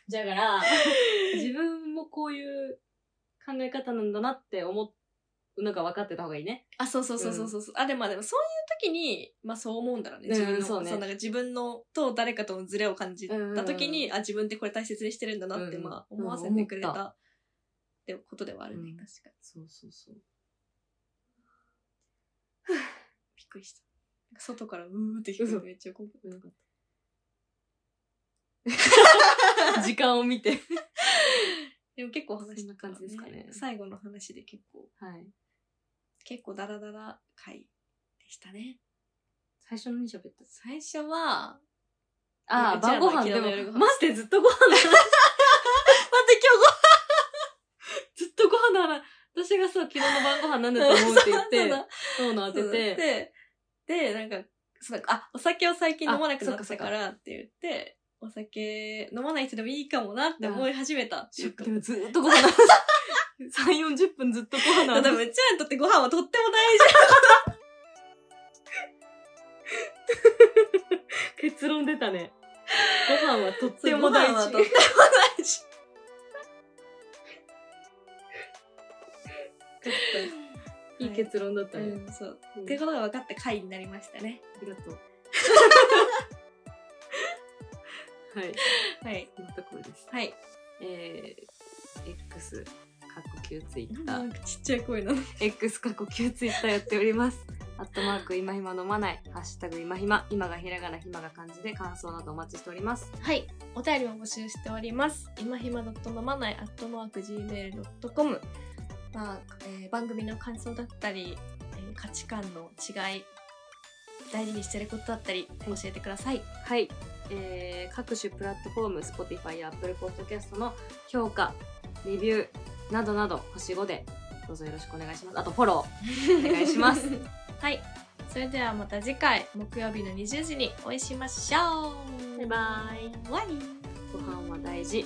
Speaker 2: じ
Speaker 1: ゃ
Speaker 2: ゃから、自分もこういう考え方なんだなって思うのが分かってた方がいいね。
Speaker 1: あ、そうそうそうそうそう。あ、でもまあでもそういう時に、まあそう思うんだろうね。自分の、
Speaker 2: うんそうね
Speaker 1: なんか自分のと誰かとのズレを感じた時に、あ、自分ってこれ大切にしてるんだなって、
Speaker 2: うん
Speaker 1: まあ
Speaker 2: うん
Speaker 1: 思わせてくれた、
Speaker 2: 思った
Speaker 1: ってことではあるね、
Speaker 2: うん
Speaker 1: 確かに。
Speaker 2: そうそうそう。
Speaker 1: びっくりした。なんか外からうーって聞こえてめっちゃ怖い。
Speaker 2: よか った。時間を見て。
Speaker 1: でも結構話したから
Speaker 2: そんな感じですかね
Speaker 1: 最後の話で結構、
Speaker 2: はい。
Speaker 1: 結構ダラダラ回でしたね。
Speaker 2: 最初のに喋った。
Speaker 1: 最初は、
Speaker 2: ああ、
Speaker 1: うちら
Speaker 2: 晩
Speaker 1: の
Speaker 2: ご飯
Speaker 1: 昨日
Speaker 2: で
Speaker 1: の
Speaker 2: も
Speaker 1: 夜ご飯、
Speaker 2: マジでずっとご飯の話。待って、今日ご飯 ずっとご飯の話。私がさ、昨日の晩ご飯なんだと思うって言っ
Speaker 1: そう
Speaker 2: て
Speaker 1: だ、
Speaker 2: そうの当てて、
Speaker 1: で、で、なんか、そうあ、お酒を最近飲まなくな
Speaker 2: あ
Speaker 1: った
Speaker 2: そっかそっか
Speaker 1: からって言って、お酒飲まない人でもいいかもなって思い始めたっていうか。
Speaker 2: でもずっとご飯の 話。3、40分ずっとご飯の
Speaker 1: 多
Speaker 2: 話。
Speaker 1: 分、うちらにとってご飯はとっても大事。
Speaker 2: 結論出たね。ご飯はとっ
Speaker 1: で
Speaker 2: て
Speaker 1: も
Speaker 2: も
Speaker 1: 大
Speaker 2: 大
Speaker 1: 事。
Speaker 2: 事。
Speaker 1: 大事。
Speaker 2: いい結論だった
Speaker 1: う
Speaker 2: ね。
Speaker 1: ん、そう。
Speaker 2: うん
Speaker 1: っていうことが分かった回になりましたね。
Speaker 2: ありが とう。はい。
Speaker 1: はい。
Speaker 2: こんなところです。
Speaker 1: はい。
Speaker 2: えー、X、過去 Q ツイッタ
Speaker 1: な
Speaker 2: ー
Speaker 1: ん。かちっちゃい声なの。
Speaker 2: X 過去 Q ツイッターやっております。アットマーク、今暇飲まない。ハッシュタグ、今暇。今がひらがな、暇が漢字で感想などお待ちしております。
Speaker 1: はい。お便りも募集しております。今暇ドット飲まないアットマーク gmail.com。まあ、えー番組の感想だったり、えー価値観の違い、大事にしてることだったり、教えてください。
Speaker 2: はい。えー各種プラットフォーム、Spotify や Apple Podcast の評価、レビューなどなど、星5でどうぞよろしくお願いします。あと、フォロ
Speaker 1: お。
Speaker 2: ーお願いします。
Speaker 1: はい。それではまた次回、木曜日の20時にお会いしましょう。
Speaker 2: バイバイ
Speaker 1: 終わり。
Speaker 2: ご飯は大事。